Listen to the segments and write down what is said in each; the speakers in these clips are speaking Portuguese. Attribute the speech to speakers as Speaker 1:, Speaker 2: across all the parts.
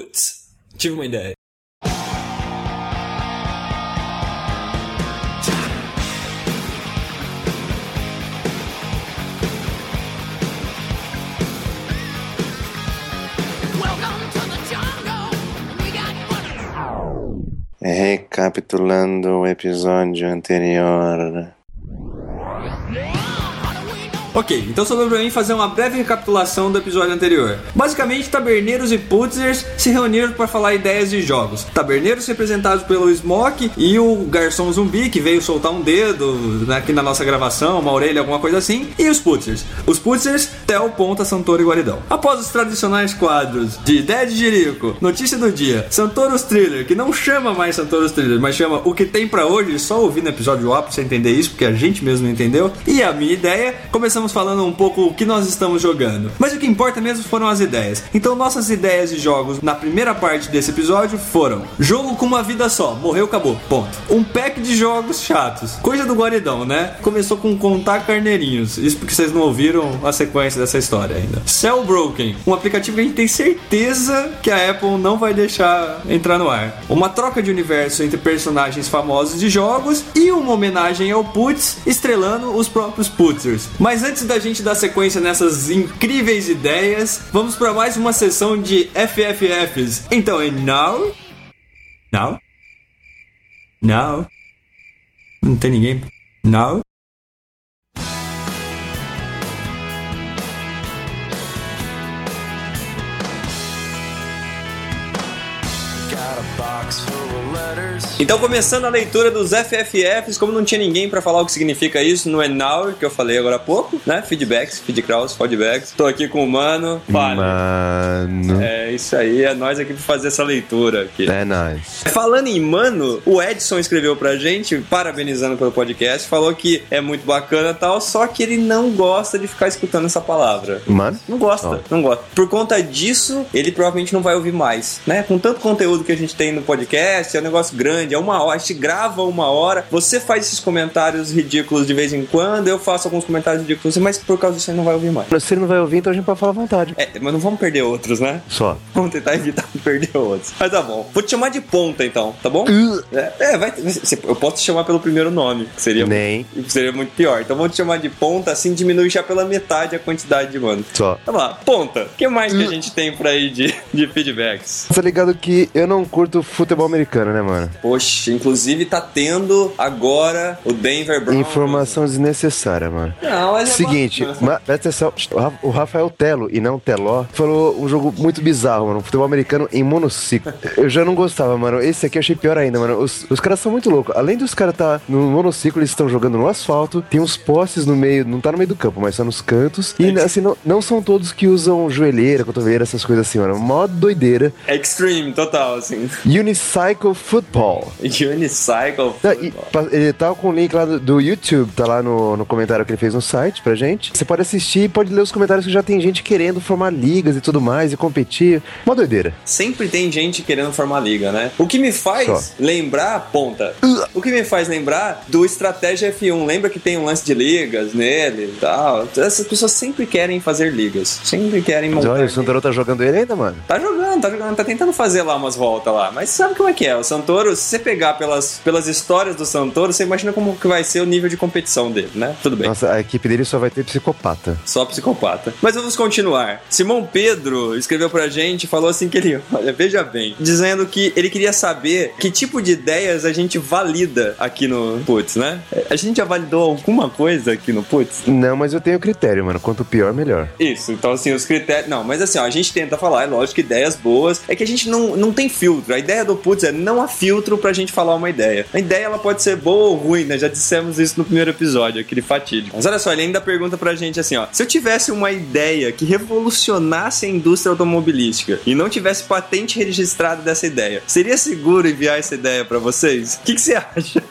Speaker 1: Putz, tive uma ideia.
Speaker 2: Recapitulando o episódio anterior.
Speaker 1: Ok, então sobrou pra mim fazer uma breve recapitulação do episódio anterior. Basicamente, taberneiros e putzers se reuniram para falar ideias de jogos. Taberneiros representados pelo Smoke e o garçom zumbi que veio soltar um dedo aqui na nossa gravação, uma orelha, alguma coisa assim. E os putzers. Os putzers, Theo, Ponta, Santoro e Guaridão. Após os tradicionais quadros de Ideia de Jerico, Notícia do Dia, Santoros Thriller, que não chama mais Santoros Thriller, mas chama O que tem pra hoje, só ouvir no episódio A pra você entender isso, porque a gente mesmo não entendeu. E a minha ideia, começamos estamos falando um pouco o que nós estamos jogando. Mas o que importa mesmo foram as ideias. Então, nossas ideias de jogos na primeira parte desse episódio foram: jogo com uma vida só, morreu, acabou, ponto. Um pack de jogos chatos, coisa do Guaridão, né? Começou com contar carneirinhos, isso porque vocês não ouviram a sequência dessa história ainda. Cell Broken, um aplicativo que a gente tem certeza que a Apple não vai deixar entrar no ar. Uma troca de universo entre personagens famosos de jogos e uma homenagem ao Putz estrelando os próprios Putzers. Mas antes da gente dar sequência nessas incríveis ideias, vamos para mais uma sessão de FFFs. Então, é now? Now? Now? Não tem ninguém? Now? Então, começando a leitura dos FFFs, como não tinha ninguém pra falar o que significa isso no Enhour, que eu falei agora há pouco, né? Feedbacks, feedcrows, feedbacks. Tô aqui com o Mano. Fala.
Speaker 2: Mano.
Speaker 1: É isso aí, é nós aqui pra fazer essa leitura aqui.
Speaker 2: É nóis.
Speaker 1: Falando em mano, o Edson escreveu pra gente, parabenizando pelo podcast, falou que é muito bacana e tal, só que ele não gosta de ficar escutando essa palavra.
Speaker 2: Mano?
Speaker 1: Não gosta,
Speaker 2: Ó.
Speaker 1: não gosta. Por conta disso, ele provavelmente não vai ouvir mais, né? Com tanto conteúdo que a gente tem no podcast, é um negócio grande, é uma hora, a gente grava uma hora, você faz esses comentários ridículos de vez em quando, eu faço alguns comentários ridículos, mas por causa disso ele não vai ouvir mais.
Speaker 2: Se ele não vai ouvir, então a gente pode falar à vontade.
Speaker 1: É, mas não vamos perder outros, né?
Speaker 2: Só.
Speaker 1: Vamos tentar evitar de perder outros. Mas tá bom. Vou te chamar de ponta então, tá bom?
Speaker 2: Uh.
Speaker 1: É, é, vai. você- Eu posso te chamar pelo primeiro nome, que seria,
Speaker 2: Nem.
Speaker 1: seria muito pior. Então vou te chamar de ponta, assim diminui já pela metade a quantidade de mano.
Speaker 2: Só.
Speaker 1: Tá lá, ponta. O que mais
Speaker 2: Uh.
Speaker 1: que a gente tem por aí de, de feedbacks?
Speaker 2: Tá ligado que eu não curto futebol americano, né, mano?
Speaker 1: Poxa, inclusive tá tendo agora o Denver Broncos.
Speaker 2: Informação desnecessária, mano.
Speaker 1: Não, mas é
Speaker 2: Seguinte,
Speaker 1: bacana.
Speaker 2: ma- presta atenção, o Ra- o Rafael Telo, e não Teló, falou um jogo muito bizarro, mano. um Futebol americano em monociclo. Eu já não gostava, mano. Esse aqui eu achei pior ainda, mano. Os, os caras são muito loucos. Além dos caras tá no monociclo, eles estão jogando no asfalto. Tem uns postes no meio, não tá no meio do campo, mas tá nos cantos. E assim, não, não são todos que usam joelheira, cotoveleira, essas coisas assim, mano. Mó doideira.
Speaker 1: Extreme, total, assim.
Speaker 2: Unicycle Football.
Speaker 1: Unicycle.
Speaker 2: Não, e pa- ele tá com o link lá do, do YouTube, tá lá no, no comentário que ele fez no site pra gente. Você pode assistir e pode ler os comentários que já tem gente querendo formar ligas e tudo mais e competir. Uma doideira.
Speaker 1: Sempre tem gente querendo formar liga, né? O que me faz
Speaker 2: Só.
Speaker 1: lembrar, ponta. O que me faz lembrar do Estratégia F1. Lembra que tem um lance de ligas nele e tal? Essas pessoas sempre querem fazer ligas. Sempre querem
Speaker 2: Mas
Speaker 1: montar.
Speaker 2: olha, o
Speaker 1: liga.
Speaker 2: Santoro tá jogando ele ainda, mano.
Speaker 1: Tá jogando, tá jogando, tá tentando fazer lá umas voltas lá. Mas sabe como é que é? O Santoro, se você pegar pelas, pelas histórias do Santoro, você imagina como que vai ser o nível de competição dele, né? Tudo bem.
Speaker 2: Nossa, a equipe dele só vai ter psicopata.
Speaker 1: Só psicopata. Mas vamos continuar. Simão Pedro escreveu pra gente, falou assim que ele, olha, veja bem, dizendo que ele queria saber que tipo de ideias a gente valida aqui no Putz, né? A gente já validou alguma coisa aqui no Putz?
Speaker 2: Não, mas eu tenho critério, mano. Quanto pior, melhor.
Speaker 1: Isso, então assim, os critérios. Não, mas assim, ó, a gente tenta falar, é lógico, que ideias boas. É que a gente não, não tem filtro. A ideia do Putz é não há filtro pra gente falar uma ideia. A ideia ela pode ser boa ou ruim, né? Já dissemos isso no primeiro episódio, aquele fatídico. Mas olha só, ele ainda pergunta pra gente assim, ó. Se eu tivesse uma ideia que revolucionasse a indústria automobilística e não tivesse patente registrada dessa ideia, seria seguro enviar essa ideia pra vocês? O que, que você acha?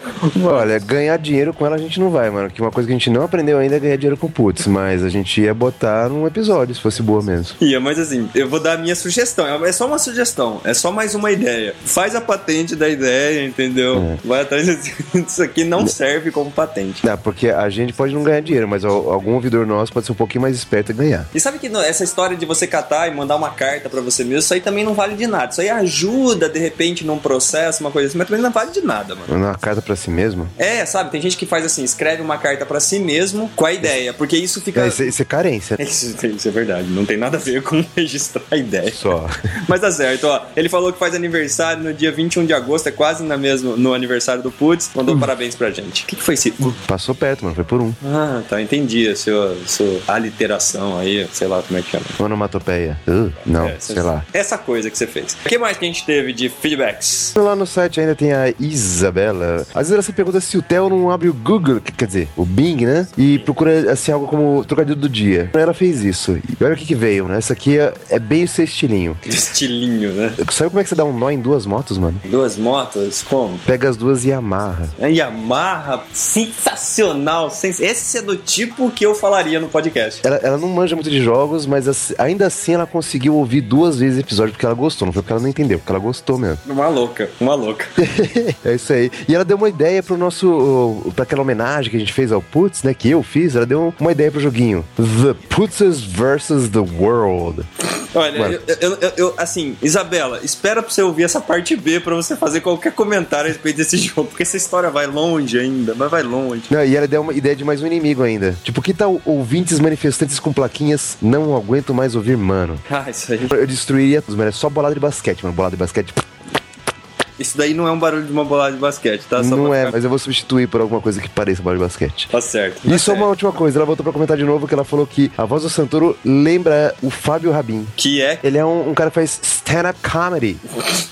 Speaker 3: Olha, ganhar dinheiro com ela a gente não vai, mano. Que uma coisa que a gente não aprendeu ainda é ganhar dinheiro com putz, mas a gente ia botar num episódio, se fosse boa mesmo.
Speaker 1: Ia, mas assim, eu vou dar a minha sugestão. É só uma sugestão, é só mais uma ideia. Faz a patente da ideia, entendeu? Vai atrás desse- disso aqui, não serve como patente.
Speaker 3: Não, porque a gente pode não ganhar dinheiro, mas al- algum ouvidor nosso pode ser um pouquinho mais esperto e ganhar.
Speaker 1: E sabe que no- essa história de você catar e mandar uma carta pra você mesmo, isso aí também não vale de nada. Isso aí ajuda, de repente, num processo, uma coisa assim, mas também não vale de nada, mano.
Speaker 3: Uma carta pra si mesmo.
Speaker 1: É, sabe, tem gente que faz assim, escreve uma carta pra si mesmo com a ideia, porque isso fica.
Speaker 3: É, isso, é- isso é carência
Speaker 1: Isso, isso é verdade, não tem nada a ver com registrar a ideia.
Speaker 3: só.
Speaker 1: Mas tá certo, ó. Ele falou que faz aniversário no dia 21 de agosto, é quase na mesmo, no aniversário do Putz. Mandou
Speaker 3: Hum.
Speaker 1: parabéns pra gente. O que, que foi esse? uh?
Speaker 3: Passou perto, mano. Foi por um.
Speaker 1: Ah, tá, entendi a sua, sua aliteração aí, sei lá como é que chama.
Speaker 3: Onomatopeia. Uh, não,
Speaker 1: É,
Speaker 3: sei
Speaker 1: essa-
Speaker 3: lá.
Speaker 1: Essa coisa que você fez. O que mais que a gente teve de feedbacks?
Speaker 3: Lá no site ainda tem a Isabela. Às vezes ela se pergunta se o Theo não abre o Google, que- quer dizer, o Bing, né? E procura, assim, algo como trocadilho do dia. Ela fez isso. E olha o que, que veio, né? Essa aqui é, é bem o seu estilinho.
Speaker 1: Estilinho, né?
Speaker 3: Sabe como é que você dá um nó em duas motos, mano?
Speaker 1: Duas motos? Como?
Speaker 3: Pega as duas e amarra.
Speaker 1: A Yamaha, sensacional. sens- Esse é do tipo que eu falaria no podcast.
Speaker 3: Ela, ela não manja muito de jogos, mas ass- ainda assim ela conseguiu ouvir duas vezes o episódio porque ela gostou. Não foi porque ela não entendeu, porque ela gostou mesmo.
Speaker 1: Uma louca, uma louca.
Speaker 3: É isso aí. E ela deu uma ideia pro nosso. pra aquela homenagem que a gente fez ao Putz, né? Que eu fiz. Ela deu uma ideia pro joguinho: The Putzes vs. The World.
Speaker 1: Olha,
Speaker 3: Mano.
Speaker 1: eu, eu- eu- eu- assim, Isabela, espera pra você ouvir essa parte B pra você fazer qualquer comentário a respeito desse jogo, porque essa história vai longe ainda, mas vai longe.
Speaker 3: Não, e ela deu uma ideia de mais um inimigo ainda. Tipo, que tal ouvintes manifestantes com plaquinhas? Não aguento mais ouvir, mano.
Speaker 1: Ah, isso aí.
Speaker 3: Eu destruiria tudo, mano. É só bolada de basquete, mano. Bolada de basquete.
Speaker 1: Isso daí não é um barulho de uma bolada de basquete, tá? Só
Speaker 3: não
Speaker 1: pra
Speaker 3: é,
Speaker 1: ficar-
Speaker 3: mas eu vou substituir por alguma coisa que pareça bola de basquete.
Speaker 1: Tá certo.
Speaker 3: E
Speaker 1: tá
Speaker 3: só
Speaker 1: certo.
Speaker 3: é uma última coisa, ela voltou pra comentar de novo que ela falou que a voz do Santoro lembra o Fábio Rabin.
Speaker 1: Que é.
Speaker 3: Ele é um, um cara que faz stand-up comedy.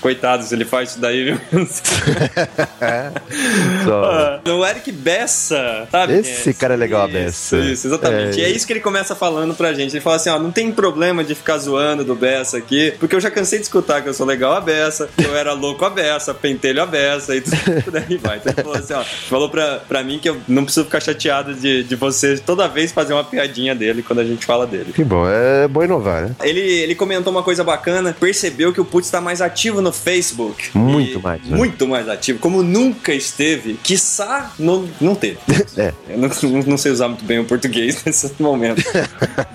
Speaker 1: Coitados, ele faz isso daí, viu?
Speaker 3: Só.
Speaker 1: Ah, O Eric Bessa, sabe? quem
Speaker 3: Esse cara é legal, a
Speaker 1: Isso,
Speaker 3: Bessa.
Speaker 1: Isso, exatamente.
Speaker 3: É.
Speaker 1: E é isso que ele começa falando pra gente. Ele fala assim: ó, não tem problema de ficar zoando do Bessa aqui, porque eu já cansei de escutar que eu sou legal a Bessa, que eu era louco a Bessa, pentelho a Bessa e tudo daí vai. Então ele falou assim: ó, falou pra, pra mim que eu não preciso ficar chateado de, de você toda vez fazer uma piadinha dele quando a gente fala dele.
Speaker 3: Que bom, é bom inovar, né?
Speaker 1: Ele, ele comentou uma coisa bacana, percebeu que o Putz tá mais ativo no Facebook.
Speaker 3: Muito
Speaker 1: E-
Speaker 3: mais, né?
Speaker 1: Muito mais ativo, como nunca esteve, quiçá não, não teve.
Speaker 3: É.
Speaker 1: Eu não, não- não sei usar muito bem o português nesse momento.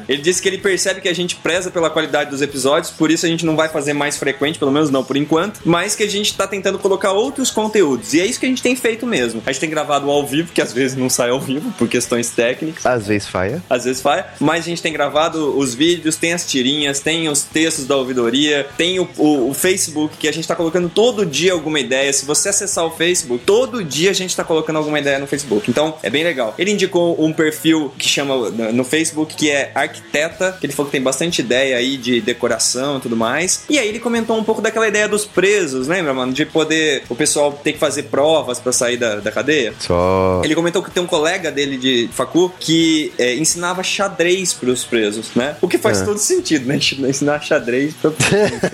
Speaker 1: ele disse que ele percebe que a gente preza pela qualidade dos episódios, por isso a gente não vai fazer mais frequente, pelo menos não por enquanto, mas que a gente tá tentando colocar outros conteúdos. E é isso que a gente tem feito mesmo. A gente tem gravado ao vivo, que às vezes não sai ao vivo, por questões técnicas
Speaker 3: Às vezes falha.
Speaker 1: às vezes falha, mas a gente tem gravado os vídeos, tem as tirinhas, tem os textos da ouvidoria, tem o, o- o Facebook, que a gente tá colocando todo dia alguma ideia. Se você acessar o Facebook, todo dia a gente tá colocando alguma ideia no Facebook. Então, é bem legal. Ele indicou um perfil que chama no no Facebook, que é Arquiteta, que ele falou que tem bastante ideia aí de decoração e tudo mais. E aí ele comentou um pouco daquela ideia dos presos, lembra, mano? De poder o pessoal ter que fazer provas pra sair da- da cadeia.
Speaker 3: Só.
Speaker 1: Ele comentou que tem um colega dele de facu que é, ensinava xadrez pros presos, né? O que faz
Speaker 3: É.
Speaker 1: todo sentido, né? Ensinar xadrez pra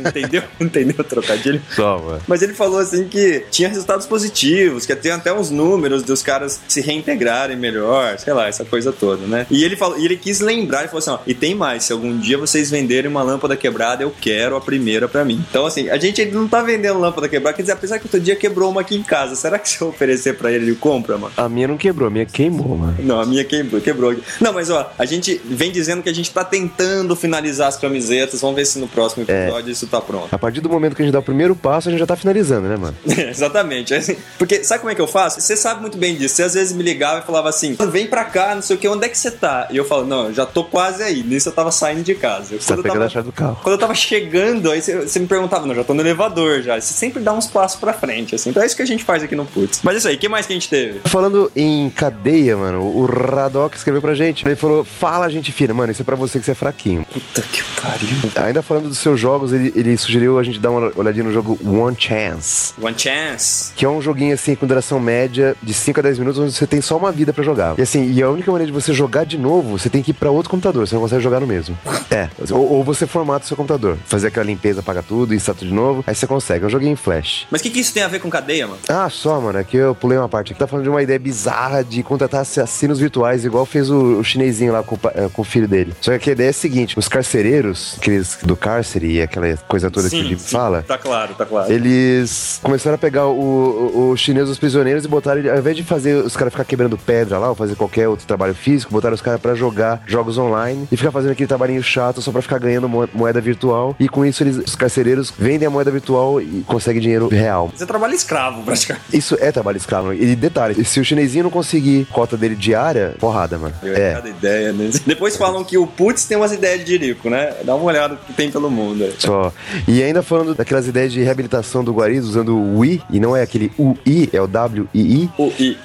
Speaker 1: Entendeu? Entendeu o trocadilho?
Speaker 3: Só, mano.
Speaker 1: Mas ele falou assim que tinha resultados positivos, que tem até uns números dos caras se reintegrarem melhor, sei lá, essa coisa toda, né? E ele falou, e ele quis lembrar, ele falou assim, ó, e tem mais, se algum dia vocês venderem uma lâmpada quebrada, eu quero a primeira pra mim. Então assim, a gente ele não tá vendendo lâmpada quebrada, quer dizer, apesar que outro dia quebrou uma aqui em casa, será que se eu oferecer pra ele ele compra, mano?
Speaker 3: A minha não quebrou, a minha queimou, mano.
Speaker 1: Não, a minha quebrou, quebrou aqui. Não, mas ó, a gente vem dizendo que a gente tá tentando finalizar as camisetas. Vamos ver se no próximo
Speaker 3: É.
Speaker 1: episódio isso tá pronto.
Speaker 3: A partir do momento que a gente dá o primeiro passo, a gente já tá finalizando, né, mano?
Speaker 1: Exatamente. É assim, Porque sabe como é que eu faço? Você sabe muito bem disso. Você às vezes me ligava e falava assim: vem pra cá, não sei o que, onde é que você tá? E eu falo: não, eu já tô quase aí. Nisso eu tava saindo de casa. Eu-
Speaker 3: Você tá
Speaker 1: eu
Speaker 3: pegando
Speaker 1: tava-
Speaker 3: a chave do carro.
Speaker 1: Quando eu tava chegando, aí você você me perguntava, não, já tô no elevador já. Você sempre dá uns passos pra frente, assim. Então é isso que a gente faz aqui no Putz. Mas é isso aí, o que mais que a gente teve?
Speaker 3: Falando em cadeia, mano, o Radok escreveu pra gente. Ele falou: fala, gente fina, mano, isso é pra você que você é fraquinho.
Speaker 1: Puta que pariu.
Speaker 3: Ainda falando dos seus jogos, ele, ele sugeriu a gente dar uma olhadinha no jogo One Chance.
Speaker 1: One chance.
Speaker 3: Que é um joguinho assim com duração média de 5 a 10 minutos, onde você tem só uma vida pra jogar. E assim, e a única maneira de você jogar de novo, você tem que ir pra outro computador, você não consegue jogar no mesmo. É, ou, ou você formata o seu computador, fazer aquela limpeza, apaga tudo, instala tudo de novo, aí você consegue. É um joguinho em flash. Flash.
Speaker 1: Mas o que, que isso tem a ver com cadeia, mano?
Speaker 3: Ah, só, mano, aqui eu pulei uma parte. Aqui tá falando de uma ideia bizarra de contratar assassinos virtuais, igual fez o, o chinesinho lá com, o pa- eh, com o filho dele. Só que a ideia é a seguinte: os carcereiros, aqueles do cárcere e aquela coisa toda que o Jimmy fala,
Speaker 1: Tá claro, tá claro.
Speaker 3: eles começaram a pegar o, o, o chinês dos prisioneiros e botaram, ele- ao invés de fazer os caras ficar quebrando pedra lá ou fazer qualquer outro trabalho físico, botaram os caras pra jogar jogos online e ficar fazendo aquele trabalhinho chato só pra ficar ganhando mo- moeda virtual. E com isso, eles, os carcereiros vendem a moeda virtual e conseguem dinheiro real.
Speaker 1: Você trabalha escravo, praticamente.
Speaker 3: Isso é trabalho escravo. E detalhe, se o chinesinho não conseguir cota dele diária, porrada, mano. É.
Speaker 1: Cada ideia, né? Depois falam que o Putz tem umas ideias de dirico, né? Dá uma olhada que tem pelo mundo. aí.
Speaker 3: Só. E ainda falando daquelas ideias de reabilitação do Guariz usando o Wii, e não é aquele UI, é o WII.
Speaker 1: O I.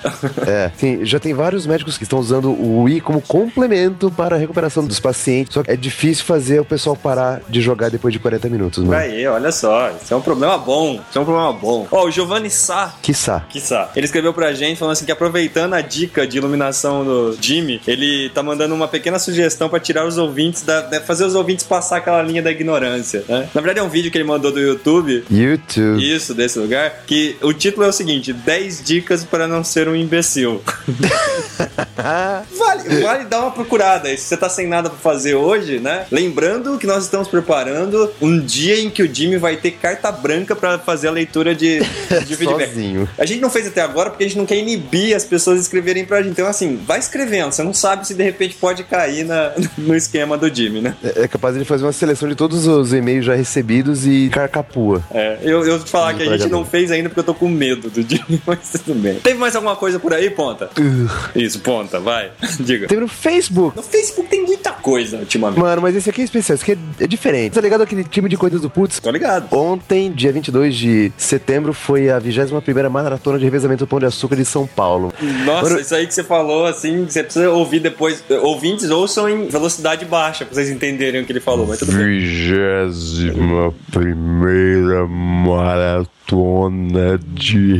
Speaker 3: É, sim, já tem vários médicos que estão usando o Wii como complemento para a recuperação dos pacientes. Só que é difícil fazer o pessoal parar de jogar depois de 40 minutos, mano.
Speaker 1: Aí, olha só. Isso é um problema bom. Isso é um problema bom. Ó, o Giovanni Sá
Speaker 3: Quiçá.
Speaker 1: Quiçá. Ele escreveu pra gente falando assim que aproveitando a dica de iluminação do Jimmy, ele tá mandando uma pequena sugestão pra tirar os ouvintes da, da- fazer os ouvintes passar aquela linha da ignorância, né? Na verdade é um vídeo que ele mandou do YouTube.
Speaker 3: YouTube.
Speaker 1: Isso, desse lugar, que o título é o seguinte: 10 dicas pra não ser um imbecil. Vale, vale dar uma procurada aí. Se você tá sem nada pra fazer hoje, né? Lembrando que nós estamos preparando um dia em que o Jimmy vai ter carta branca pra fazer a leitura de, de feedback.
Speaker 3: Sozinho.
Speaker 1: A gente não fez até agora porque a gente não quer inibir as pessoas de escreverem pra gente. Então, assim, vai escrevendo. Você não sabe se de repente pode cair na- no esquema do Jimmy, né?
Speaker 3: É é capaz de fazer uma seleção de todos os e-mails já recebidos e carcapua.
Speaker 1: É, eu, eu vou te falar que a gente
Speaker 3: Devagarzinho.
Speaker 1: não fez ainda porque eu tô com medo do Jimmy, mas tudo bem. Teve mais alguma coisa por aí, Ponta? Isso, Ponta, vai. Diga.
Speaker 3: Teve no Facebook.
Speaker 1: No Facebook tem muita coisa ultimamente.
Speaker 3: Mano, mas esse aqui é especial, esse aqui é, é diferente. Tá ligado aquele time de coisas do Putz?
Speaker 1: Tô ligado.
Speaker 3: Ontem, dia 22 de setembro, foi a 21ª Maratona de Revezamento do Pão de Açúcar de São Paulo.
Speaker 1: Nossa,
Speaker 3: Mano,
Speaker 1: isso aí que você falou, assim, você precisa ouvir depois. Eh, Ouvintes ouçam em velocidade baixa pra vocês entenderem o que ele falou, mas tudo bem.
Speaker 3: Vigésima primeira maratona de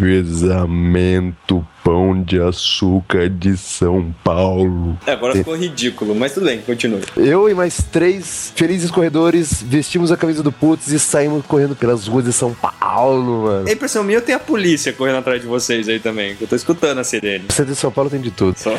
Speaker 3: revezamento pão de açúcar de São Paulo.
Speaker 1: É, agora ficou ridículo, mas tudo bem, continue.
Speaker 3: Eu e mais três felizes corredores vestimos a camisa do Putz e saímos correndo pelas ruas de São Paulo, mano.
Speaker 1: A É impressão minha, tem a polícia correndo atrás de vocês aí também, que eu tô escutando a sirene.
Speaker 3: O centro de São Paulo tem de tudo.
Speaker 1: Só.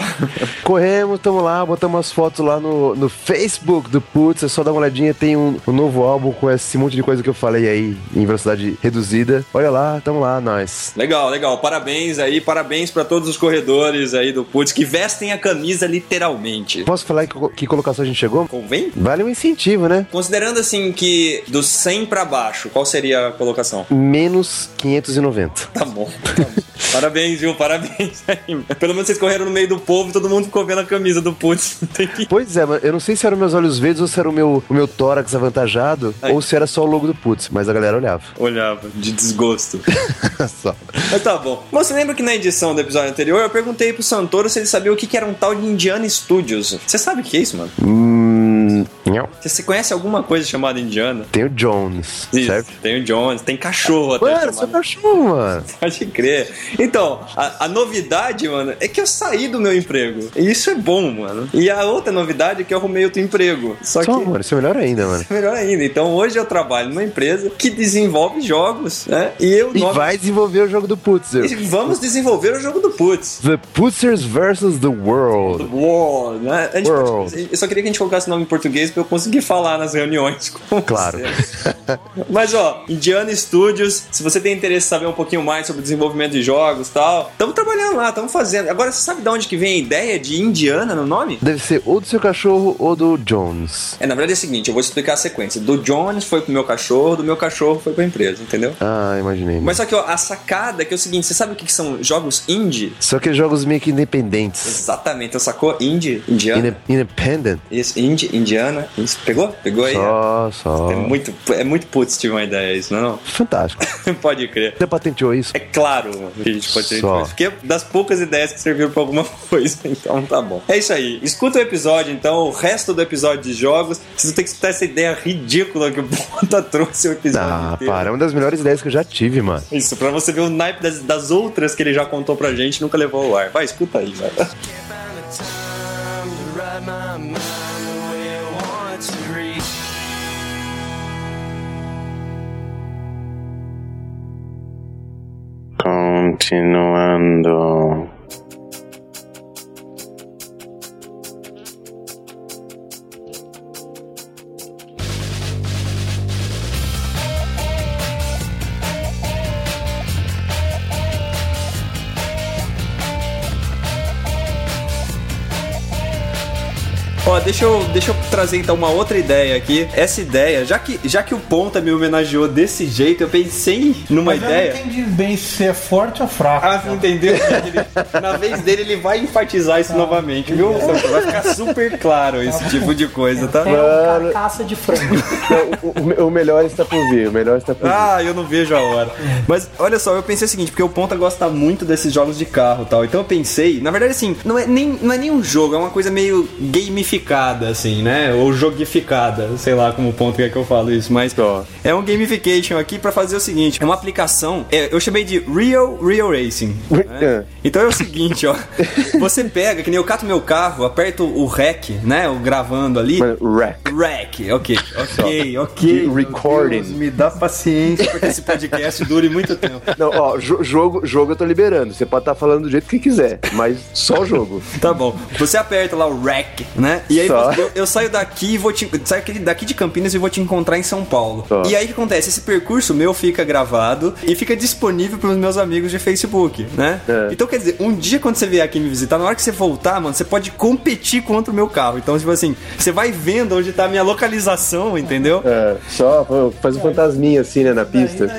Speaker 3: Corremos, tamo lá, botamos as fotos lá no, no Facebook do Putz, é só dar uma olhadinha, tem um, um novo álbum com esse monte de coisa que eu falei aí em velocidade reduzida. Olha lá, tamo lá, nós.
Speaker 1: Legal, legal. Parabéns aí, parabéns pra todos os corredores aí do Putz que vestem a camisa literalmente.
Speaker 3: Posso falar que, que colocação a gente chegou?
Speaker 1: Convém?
Speaker 3: Vale um incentivo, né?
Speaker 1: Considerando assim que do 100 pra baixo, qual seria a colocação?
Speaker 3: Menos 590.
Speaker 1: Tá bom. tá bom. Parabéns, viu? Parabéns aí. Pelo menos vocês correram no meio do povo e todo mundo ficou vendo a camisa do Putz. Tem que-
Speaker 3: Pois é, mas eu não sei se eram meus olhos verdes ou se era o meu, o meu tórax avantajado
Speaker 1: Ai.
Speaker 3: ou se era só o logo do Putz, mas a galera olhava.
Speaker 1: Olhava de desgosto.
Speaker 3: só.
Speaker 1: Mas tá bom. Mas Você lembra que na edição do episódio anterior eu perguntei pro Santoro se ele sabia o que que era um tal de Indiana Studios? Você sabe o que é isso, mano?
Speaker 3: Hum, não.
Speaker 1: Você- Você conhece alguma coisa chamada Indiana?
Speaker 3: Tem o Jones,
Speaker 1: Isso,
Speaker 3: certo?
Speaker 1: tem o Jones, tem cachorro até.
Speaker 3: Mano,
Speaker 1: chamado.
Speaker 3: seu cachorro, mano.
Speaker 1: Pode crer. Então, a, a novidade, mano, é que eu saí do meu emprego. E isso é bom, mano. E a outra novidade é que eu arrumei outro emprego. Só
Speaker 3: Só,
Speaker 1: que.
Speaker 3: mano, isso é melhor ainda, mano.
Speaker 1: Melhor ainda. Então hoje eu trabalho numa empresa que desenvolve jogos, né? E eu
Speaker 3: E
Speaker 1: nome-
Speaker 3: vai desenvolver o jogo do Putz. eu-
Speaker 1: e vamos desenvolver o jogo do Putz.
Speaker 3: The Putzers vs. The World.
Speaker 1: Uou, né? A gente
Speaker 3: World.
Speaker 1: pode- Eu só queria que a gente colocasse o nome em português pra eu conseguir falar nas reuniões com
Speaker 3: Claro.
Speaker 1: você. Mas ó, Indiana Studios, se você tem interesse em saber um pouquinho mais sobre o desenvolvimento de jogos e tal, estamos trabalhando lá, estamos fazendo. Agora, você sabe de onde que vem a ideia de Indiana no nome?
Speaker 3: Deve ser ou do seu cachorro ou do Jones.
Speaker 1: É, na verdade é o seguinte, eu vou explicar a sequência. Do Jones foi pro meu cachorro, do meu cachorro foi pra empresa, entendeu?
Speaker 3: Ah, imaginei.
Speaker 1: Mas só que ó, a sacada é que é o seguinte, você sabe o que, que são jogos indie?
Speaker 3: Só que jogos meio que independentes.
Speaker 1: Exatamente, então sacou? Indie, indiana.
Speaker 3: Ine- Independent.
Speaker 1: Isso, indie, indiana. Isso, pegou? Pegou aí?
Speaker 3: Só, só.
Speaker 1: É muito, é muito putz tive uma ideia isso, não
Speaker 3: Fantástico.
Speaker 1: é não? Pode crer.
Speaker 3: Você patenteou isso?
Speaker 1: É claro mano, que a gente pode ter
Speaker 3: Só.
Speaker 1: isso, porque é das poucas ideias que serviram pra alguma coisa, então tá bom. É isso aí. Escuta o episódio, então, o resto do episódio de jogos. Vocês não tem que escutar essa ideia ridícula que o Ponta trouxe o episódio
Speaker 3: Ah,
Speaker 1: inteiro.
Speaker 3: para. É uma das melhores ideias que eu já tive, mano.
Speaker 1: Isso, pra você ver o naipe das, das outras que ele já contou pra gente, nunca levou ao ar. Vai, escuta aí, vai.
Speaker 4: Can't find the time to write my mind the way I want to read.
Speaker 2: continuando.
Speaker 1: Ó, deixa eu, deixa eu trazer então uma outra ideia aqui. Essa ideia, já que, já que o Ponta me homenageou desse jeito, eu pensei numa
Speaker 5: Mas
Speaker 1: ideia.
Speaker 5: eu não entendi bem se é forte ou fraco.
Speaker 1: Ah, você não entendeu? Na vez dele, ele vai enfatizar isso é novamente, viu? Vai ficar super claro esse tipo de coisa, tá?
Speaker 6: É uma carcaça de frango.
Speaker 3: Não, o- o, o melhor está por vir, o melhor está por vir.
Speaker 1: Ah, eu não vejo a hora. Mas olha só, eu pensei o seguinte, porque o Ponta gosta muito desses jogos de carro e tal. Então eu pensei, na verdade, assim, não é, nem, não é nem um jogo, é uma coisa meio gamificada, assim, né? Ou jogificada, sei lá como o Ponta quer que eu falo isso, mas
Speaker 3: Tá.
Speaker 1: é um gamification aqui pra fazer o seguinte: é uma aplicação, é, eu chamei de Real Real Racing. né?
Speaker 3: É.
Speaker 1: Então é o seguinte, ó. Você pega, que nem eu cato meu carro, aperto o REC, né? O gravando ali.
Speaker 3: Mano, rack.
Speaker 1: Rack, ok, ok, ok.
Speaker 3: De
Speaker 1: meu
Speaker 3: recording.
Speaker 1: Deus, me dá paciência pra que esse podcast dure muito tempo.
Speaker 3: Não, ó, jo- jogo, jogo eu tô liberando. Você pode estar falando do jeito que quiser, mas só o jogo.
Speaker 1: Tá bom. Você aperta lá o rack, né? E aí
Speaker 3: Só.
Speaker 1: eu, eu saio daqui e vou te. Saio aqui- daqui de Campinas e vou te encontrar em São Paulo.
Speaker 3: Só.
Speaker 1: E aí o que acontece? Esse percurso meu fica gravado e fica disponível pros meus amigos de Facebook, né?
Speaker 3: É.
Speaker 1: Então quer dizer, um dia quando você vier aqui me visitar, na hora que você voltar, mano, você pode competir contra o meu carro. Então, tipo assim, você vai vendo onde tá a minha localização, entendeu?
Speaker 3: É, só pô, faz um fantasminha assim, né, na pista.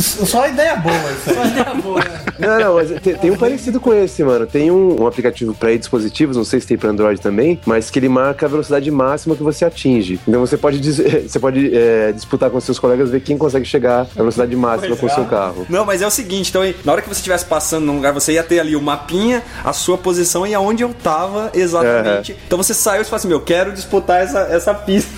Speaker 5: Só ideia boa isso aí.
Speaker 3: Não, não, mas tem, tem um parecido com esse, mano. Tem um, um aplicativo pra dispositivos, não sei se tem pra Android também, mas que ele marca a velocidade máxima que você atinge. Então você pode, dis- você pode é, disputar com seus colegas, ver quem consegue chegar à velocidade máxima com o seu carro.
Speaker 1: Não, mas é o seguinte, então, na hora que você estivesse passando num lugar, você ia ter ali o mapinha, a sua posição e aonde eu tava exatamente. Então você saiu e você fala assim, meu, eu quero disputar essa, essa pista.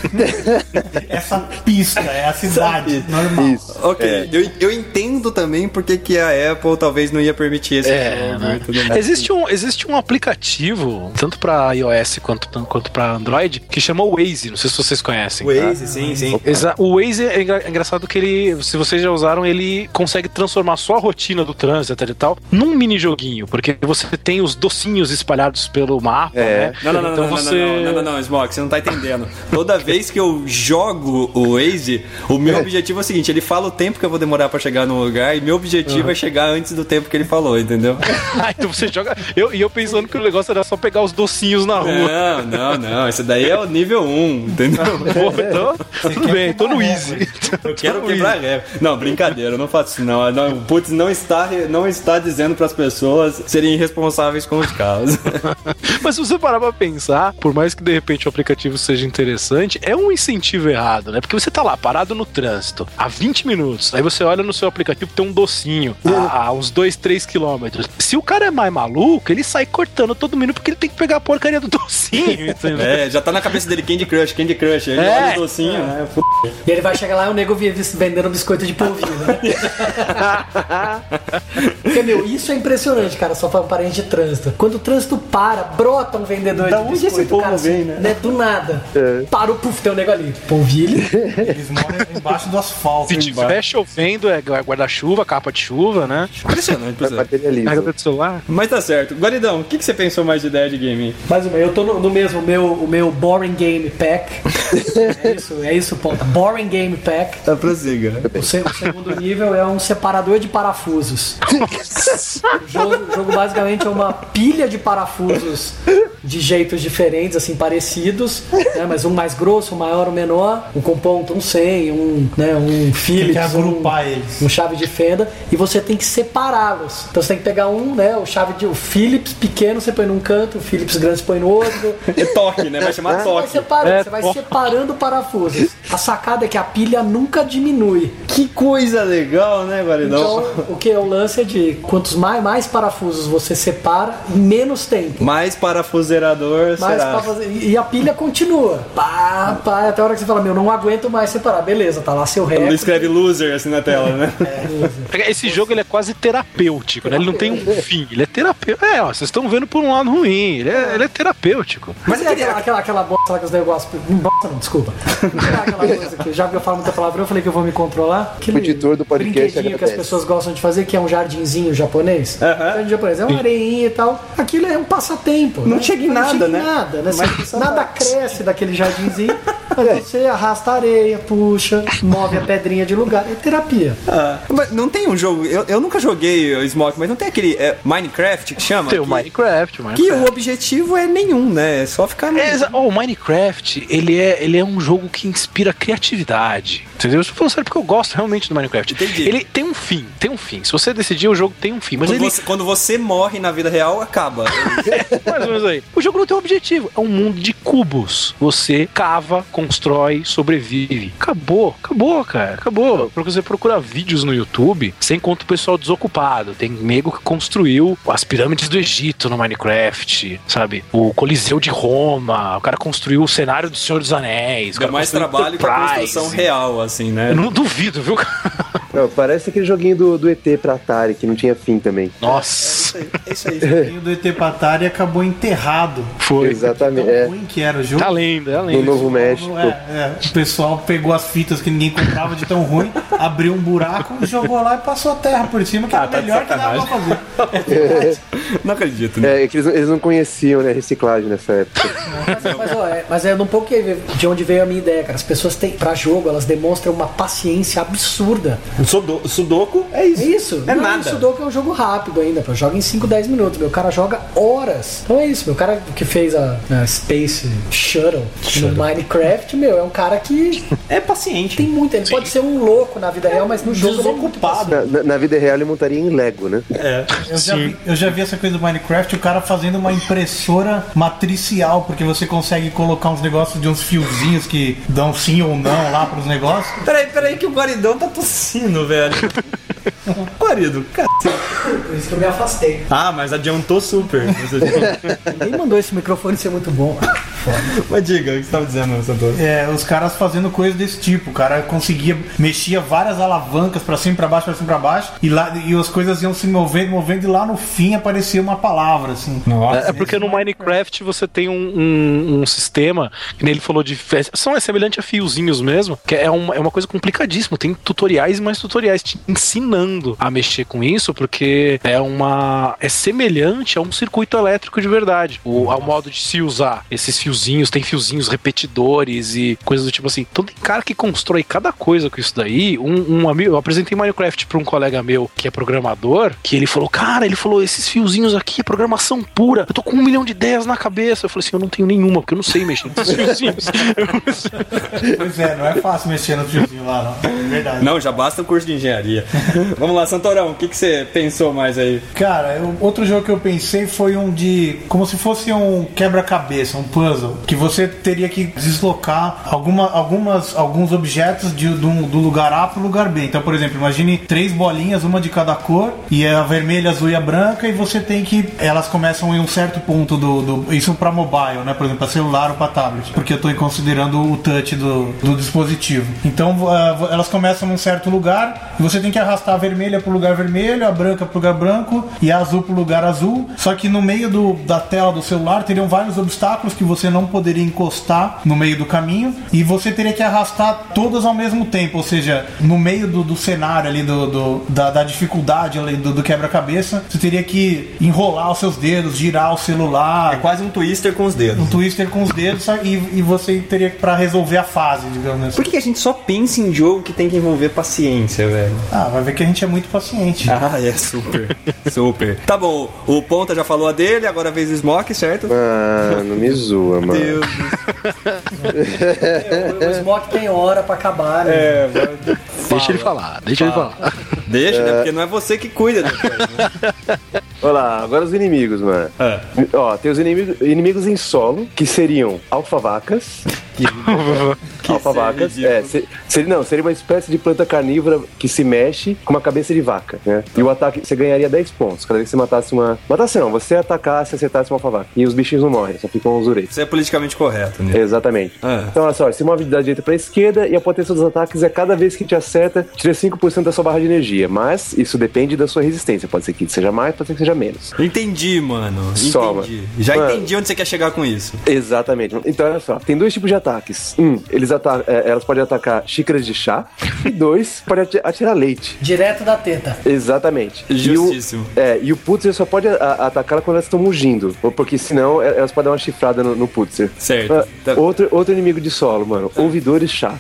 Speaker 5: Essa pista, é a cidade. Normal.
Speaker 3: Isso.
Speaker 1: ok, eu, eu entendo também porque que a Apple talvez não ia permitir esse
Speaker 7: É,
Speaker 1: jogo
Speaker 7: né?
Speaker 1: e tudo mais.
Speaker 7: Existe um, existe um aplicativo, tanto pra iOS quanto, quanto pra Android, que chama Waze. Não sei se vocês conhecem.
Speaker 1: Waze, sim, sim.
Speaker 7: Exa- o Waze é engra- é engraçado que ele, se vocês já usaram, ele consegue transformar só a rotina do trânsito e tal e tal num mini joguinho, porque você tem os docinhos espalhados pelo mapa,
Speaker 3: É.
Speaker 7: né?
Speaker 1: Não, não, não,
Speaker 7: então
Speaker 1: não,
Speaker 7: você...
Speaker 1: não, não, não, não, não, Smok, você não tá entendendo. Toda vez que eu jogo o Waze, o meu objetivo é o seguinte, ele fala o tempo que eu vou demorar pra chegar no lugar e meu objetivo é chegar antes do tempo que ele falou, entendeu?
Speaker 7: Ah, então você joga. Eu, e eu pensando que o negócio era só pegar os docinhos na rua.
Speaker 1: Não, não, não. Isso daí é o nível 1, entendeu?
Speaker 7: Pô, então, tudo bem, tô no Easy.
Speaker 1: Eu
Speaker 7: tipo
Speaker 1: quero quebrar recorde. Não, brincadeira, eu não faço isso não. não o Putz não está, não está dizendo para as pessoas serem irresponsáveis com os carros.
Speaker 7: Mas se você parar pra pensar, por mais que de repente o aplicativo seja interessante, é um incentivo errado, né? Porque você tá lá parado no trânsito há 20 minutos, aí você olha no seu aplicativo tem um docinho
Speaker 1: Hum.
Speaker 7: a, a uns 2, 3 quilômetros. Se o cara é mais maluco, ele sai cortando todo mundo porque ele tem que pegar a porcaria do docinho, entendeu?
Speaker 1: É, já tá na cabeça dele Candy Crush, Candy Crush. Ele
Speaker 7: É.
Speaker 1: olha o docinho, né? F-
Speaker 6: E ele vai chegar lá e o nego via vendendo biscoito de polvilho, né? Porque, meu, isso é impressionante, cara, só para um parente de trânsito. Quando o trânsito para, brota um vendedor
Speaker 1: Da
Speaker 6: de
Speaker 1: onde
Speaker 6: biscoito,
Speaker 1: esse povo
Speaker 6: cara,
Speaker 1: vem, né?
Speaker 6: Do nada.
Speaker 3: É.
Speaker 6: Parou, puf, tem um nego ali. Polvilho.
Speaker 5: Eles moram embaixo do asfalto.
Speaker 7: Se tiver chovendo, é guarda-chuva, capa de chuva, né?
Speaker 1: Impressionante, impressionante.
Speaker 3: Materializa.
Speaker 7: Carga do celular.
Speaker 1: Mas tá certo. Guaridão, o que, que você pensou mais de ideia de game?
Speaker 6: Mais uma, eu tô no, no mesmo, o meu, o meu Boring Game Pack. é isso, é isso, ponta. Boring Game Pack.
Speaker 1: Tá, prossiga.
Speaker 6: O, se- o segundo nível é um separador de parafusos. O jogo, o jogo basicamente é uma pilha de parafusos de jeitos diferentes, assim, parecidos, né? mas um mais grosso, um maior, um menor, um com ponto, um sem, um, né, um
Speaker 5: Tem
Speaker 6: Phillips,
Speaker 5: que
Speaker 6: um,
Speaker 5: agrupar eles.
Speaker 6: um chave de fenda, e você tem que separá-los. Então você tem que pegar um, né, o chave de o Phillips pequeno você põe num canto, o Phillips grande você põe no outro,
Speaker 1: É toque, né? Vai chamar
Speaker 6: você vai
Speaker 1: toque.
Speaker 6: separando,
Speaker 7: É,
Speaker 6: você vai
Speaker 7: pô.
Speaker 6: separando parafusos. A sacada é que a pilha nunca diminui.
Speaker 1: Que coisa legal, né, Guaridão?
Speaker 6: Então, o que é o lance é de quantos mais, mais parafusos você separa, menos tempo.
Speaker 1: Mais parafusos zerador,
Speaker 6: Mas
Speaker 1: será?
Speaker 6: pra fazer- E a pilha continua. Pá, pá, até a hora que você fala, meu, não aguento mais separar. Beleza, tá lá seu
Speaker 1: Quando
Speaker 6: recorde.
Speaker 1: escreve loser assim na tela, né?
Speaker 7: Esse jogo ele é quase terapêutico, né? Ele não tem um fim, ele é terapêutico. É, ó, vocês estão vendo por um lado ruim, ele é, ele é terapêutico.
Speaker 6: Mas é aquela, aquela, aquela bosta lá que os negócios. Hum, Bosta não, desculpa. aquela coisa que já que eu falo muita palavra, eu falei que eu vou me controlar. Aquele
Speaker 8: O editor do podcast é
Speaker 6: brinquedinho que as
Speaker 8: agradece.
Speaker 6: pessoas gostam de fazer, que é um jardinzinho japonês. Jardim japonês, é uma areinha e tal. Aquilo é um passatempo. Não
Speaker 1: chega em nada, né?
Speaker 6: nada, né? nada cresce daquele jardinzinho. Mas você arrasta a areia, puxa, move a pedrinha de lugar. É terapia.
Speaker 1: Ah, mas não tem um jogo. Eu, eu nunca joguei o Smoke, mas não tem aquele é, Minecraft que chama?
Speaker 7: Tem o
Speaker 1: Que-
Speaker 7: Minecraft, mano.
Speaker 1: Que o objetivo é nenhum, né? É só ficar no.
Speaker 7: É, exa- ó, o Minecraft, ele é, ele é um jogo que inspira criatividade. Entendeu? Eu estou falando sério porque eu gosto realmente do Minecraft.
Speaker 1: Entendi.
Speaker 7: Ele tem um fim, tem um fim. Se você decidir, o jogo tem um fim. Mas
Speaker 1: Quando
Speaker 7: ele
Speaker 1: você, quando você morre na vida real, acaba.
Speaker 7: Mais ou menos aí. O jogo não tem um objetivo. É um mundo de cubos. Você cava, constrói, sobrevive. Acabou. Acabou, cara. Acabou. Porque você procura vídeos no YouTube, você encontra o pessoal desocupado. Tem nego que construiu as pirâmides do Egito no Minecraft, sabe? O Coliseu de Roma. O cara construiu o cenário do Senhor dos Anéis.
Speaker 1: Deu
Speaker 7: O cara
Speaker 1: mais
Speaker 7: construiu
Speaker 1: trabalho que a
Speaker 7: Enterprise.
Speaker 1: construção real, assim, né?
Speaker 7: Eu não duvido, viu?
Speaker 8: Não, parece aquele joguinho do, do ET pra Atari, que não tinha fim também.
Speaker 7: Nossa.
Speaker 1: É isso aí.
Speaker 5: O do ET Patari acabou enterrado.
Speaker 7: Foi.
Speaker 5: Tão
Speaker 8: Exatamente, é.
Speaker 5: ruim que era o jogo.
Speaker 7: Tá lenda, é a
Speaker 8: No
Speaker 7: lenda.
Speaker 8: Novo México.
Speaker 5: É, é. O pessoal pegou as fitas que ninguém comprava de tão ruim, abriu um buraco, jogou lá e passou a terra por cima, que
Speaker 1: Ah,
Speaker 5: era o
Speaker 1: tá de
Speaker 5: melhor que dava pra fazer.
Speaker 1: Não acredito, né?
Speaker 8: É, é que eles, eles não conheciam, né, reciclagem nessa época.
Speaker 6: Mas, mas, ó, é, mas é um pouco que- de onde veio a minha ideia, cara. As pessoas têm, pra jogo, elas demonstram uma paciência absurda.
Speaker 1: Sudo- Sudoku é
Speaker 6: É isso.
Speaker 1: É
Speaker 6: Não,
Speaker 1: nada.
Speaker 6: O Sudoku é um jogo rápido ainda, pô. Joga em 5, 10 minutos. Meu cara joga horas. Então é isso. Meu cara que fez a, né, a Space Shuttle, no Minecraft, meu, é um cara que
Speaker 5: É paciente.
Speaker 6: tem muito. Ele pode ser um louco na vida real, mas no jogo ele é muito
Speaker 5: Desocupado.
Speaker 8: Na, na- na vida real, ele montaria em Lego, né?
Speaker 5: Eu já, vi, eu já vi essa coisa do Minecraft, o cara fazendo uma impressora matricial, porque você consegue colocar uns negócios de uns fiozinhos que dão sim ou não lá pros negócios.
Speaker 1: Peraí, peraí, que o guaridão tá tossindo, velho. Guarido, cara.
Speaker 6: Por isso que eu me afastei.
Speaker 1: Ah, mas adiantou super.
Speaker 6: Ninguém mandou esse microfone ser muito bom.
Speaker 1: mas diga, o que você tava dizendo, Santoro?
Speaker 5: É, os caras fazendo coisas desse tipo. O cara conseguia, mexia várias alavancas pra cima, pra baixo, pra cima, pra baixo, e lá e as coisas iam se movendo, movendo, e lá no fim aparecia uma palavra, assim. Nossa.
Speaker 7: É porque no Minecraft você tem um, um- um sistema, que nem ele falou de. fe- São é semelhante a fiozinhos mesmo, que é uma, é uma coisa complicadíssima. Tem tutoriais e mais tutoriais te ensinando a mexer com isso, porque é uma. É semelhante a um circuito elétrico de verdade. O, ao modo de se usar esses fiozinhos, tem fiozinhos repetidores e coisas do tipo assim. Então tem cara que constrói cada coisa com isso daí. Um, um amigo, eu apresentei Minecraft pra um colega meu que é programador, que ele falou: Cara, ele falou, esses fiozinhos aqui é programação pura. Eu tô com um milhão de ideias na cabeça. Eu falei assim: Eu não tenho nenhuma, porque eu não sei mexer nesses fiozinhos.
Speaker 5: Pois é, não é fácil mexer no fiozinho lá, não. É verdade.
Speaker 1: Não, já basta o curso de engenharia. Vamos lá, Santorão, o que, que você pensou mais aí?
Speaker 5: Cara, eu- outro jogo que eu pensei foi um de. como se fosse um quebra-cabeça, um puzzle. Que você teria que deslocar alguma, algumas, alguns objetos de, de um- do lugar A pro lugar B. Então, por exemplo, imagine três bolinhas, uma de cada cor, e é a vermelha, azul e a branca, e você tem que. Elas começam em um certo ponto do. do- isso pra mobile, né? Por exemplo, pra celular ou pra tablet. Porque eu tô considerando o touch do, do dispositivo. Então ah, elas começam num certo lugar e você tem que arrastar a vermelha pro lugar vermelho, a branca pro lugar branco e a azul pro lugar azul. Só que no meio do- da tela do celular teriam vários obstáculos que você não poderia encostar no meio do caminho e você teria que arrastar todas ao mesmo tempo, ou seja, no meio do, do cenário ali do, do- da, da dificuldade ali do, do quebra-cabeça, você teria que enrolar os seus dedos, girar o celular,
Speaker 1: É quase um twister com os dedos.
Speaker 5: um twister com os dedos sabe? e, e você teria para resolver a fase, digamos assim.
Speaker 1: Por que que a gente só pensa em jogo que tem que envolver paciência, velho?
Speaker 5: Ah, vai ver que a gente é muito paciente.
Speaker 1: Ah, é super. super. Tá bom, o Ponta já falou a dele, agora a vez do Smoke, certo?
Speaker 8: Ah, não me zoa, mano.
Speaker 1: Deus.
Speaker 6: O Smoke tem hora pra acabar, né?
Speaker 1: É, vai-
Speaker 7: Deixa ele falar, deixa ele falar.
Speaker 1: Deixa, né? Porque não é você que cuida depois. Né?
Speaker 8: Olha lá, agora os inimigos, mano.
Speaker 1: Ah.
Speaker 8: Ó, tem os inimigos, inimigos em solo, que seriam alfavacas.
Speaker 1: Que
Speaker 8: Alfavacas.
Speaker 1: seria
Speaker 8: É,
Speaker 1: ridículo.
Speaker 8: se- seria, não, seria uma espécie de planta carnívora que se mexe com uma cabeça de vaca, né? E o ataque, você ganharia 10 pontos cada vez que você matasse uma. Matasse não, você atacasse e acertasse uma alfavaca. E os bichinhos não morrem, só ficam os uretes.
Speaker 1: Isso é politicamente correto, né?
Speaker 8: Exatamente.
Speaker 1: Ah.
Speaker 8: Então, olha só, você move da direita pra esquerda e a potência dos ataques é cada vez que te acerta, tira 5% da sua barra de energia. Mas isso depende da sua resistência. Pode ser que seja mais, pode ser que seja menos.
Speaker 1: Entendi, mano. Entendi.
Speaker 8: Só, mano.
Speaker 1: Já
Speaker 8: Mano.
Speaker 1: entendi onde você quer chegar com isso.
Speaker 8: Exatamente. Então, olha só, tem dois tipos de ataques. Um, eles ata é, elas podem atacar xícaras de chá. E dois, pode ati- atirar leite.
Speaker 6: Direto da teta.
Speaker 8: Exatamente.
Speaker 1: Justíssimo.
Speaker 8: E o, é, e o Putzer só pode a- a- atacar quando elas estão mugindo. ou Porque senão é- elas podem dar uma chifrada no, no Putzer.
Speaker 1: Certo.
Speaker 8: Ah,
Speaker 1: Tá.
Speaker 8: outro, outro inimigo de solo, mano. Ouvidores chá.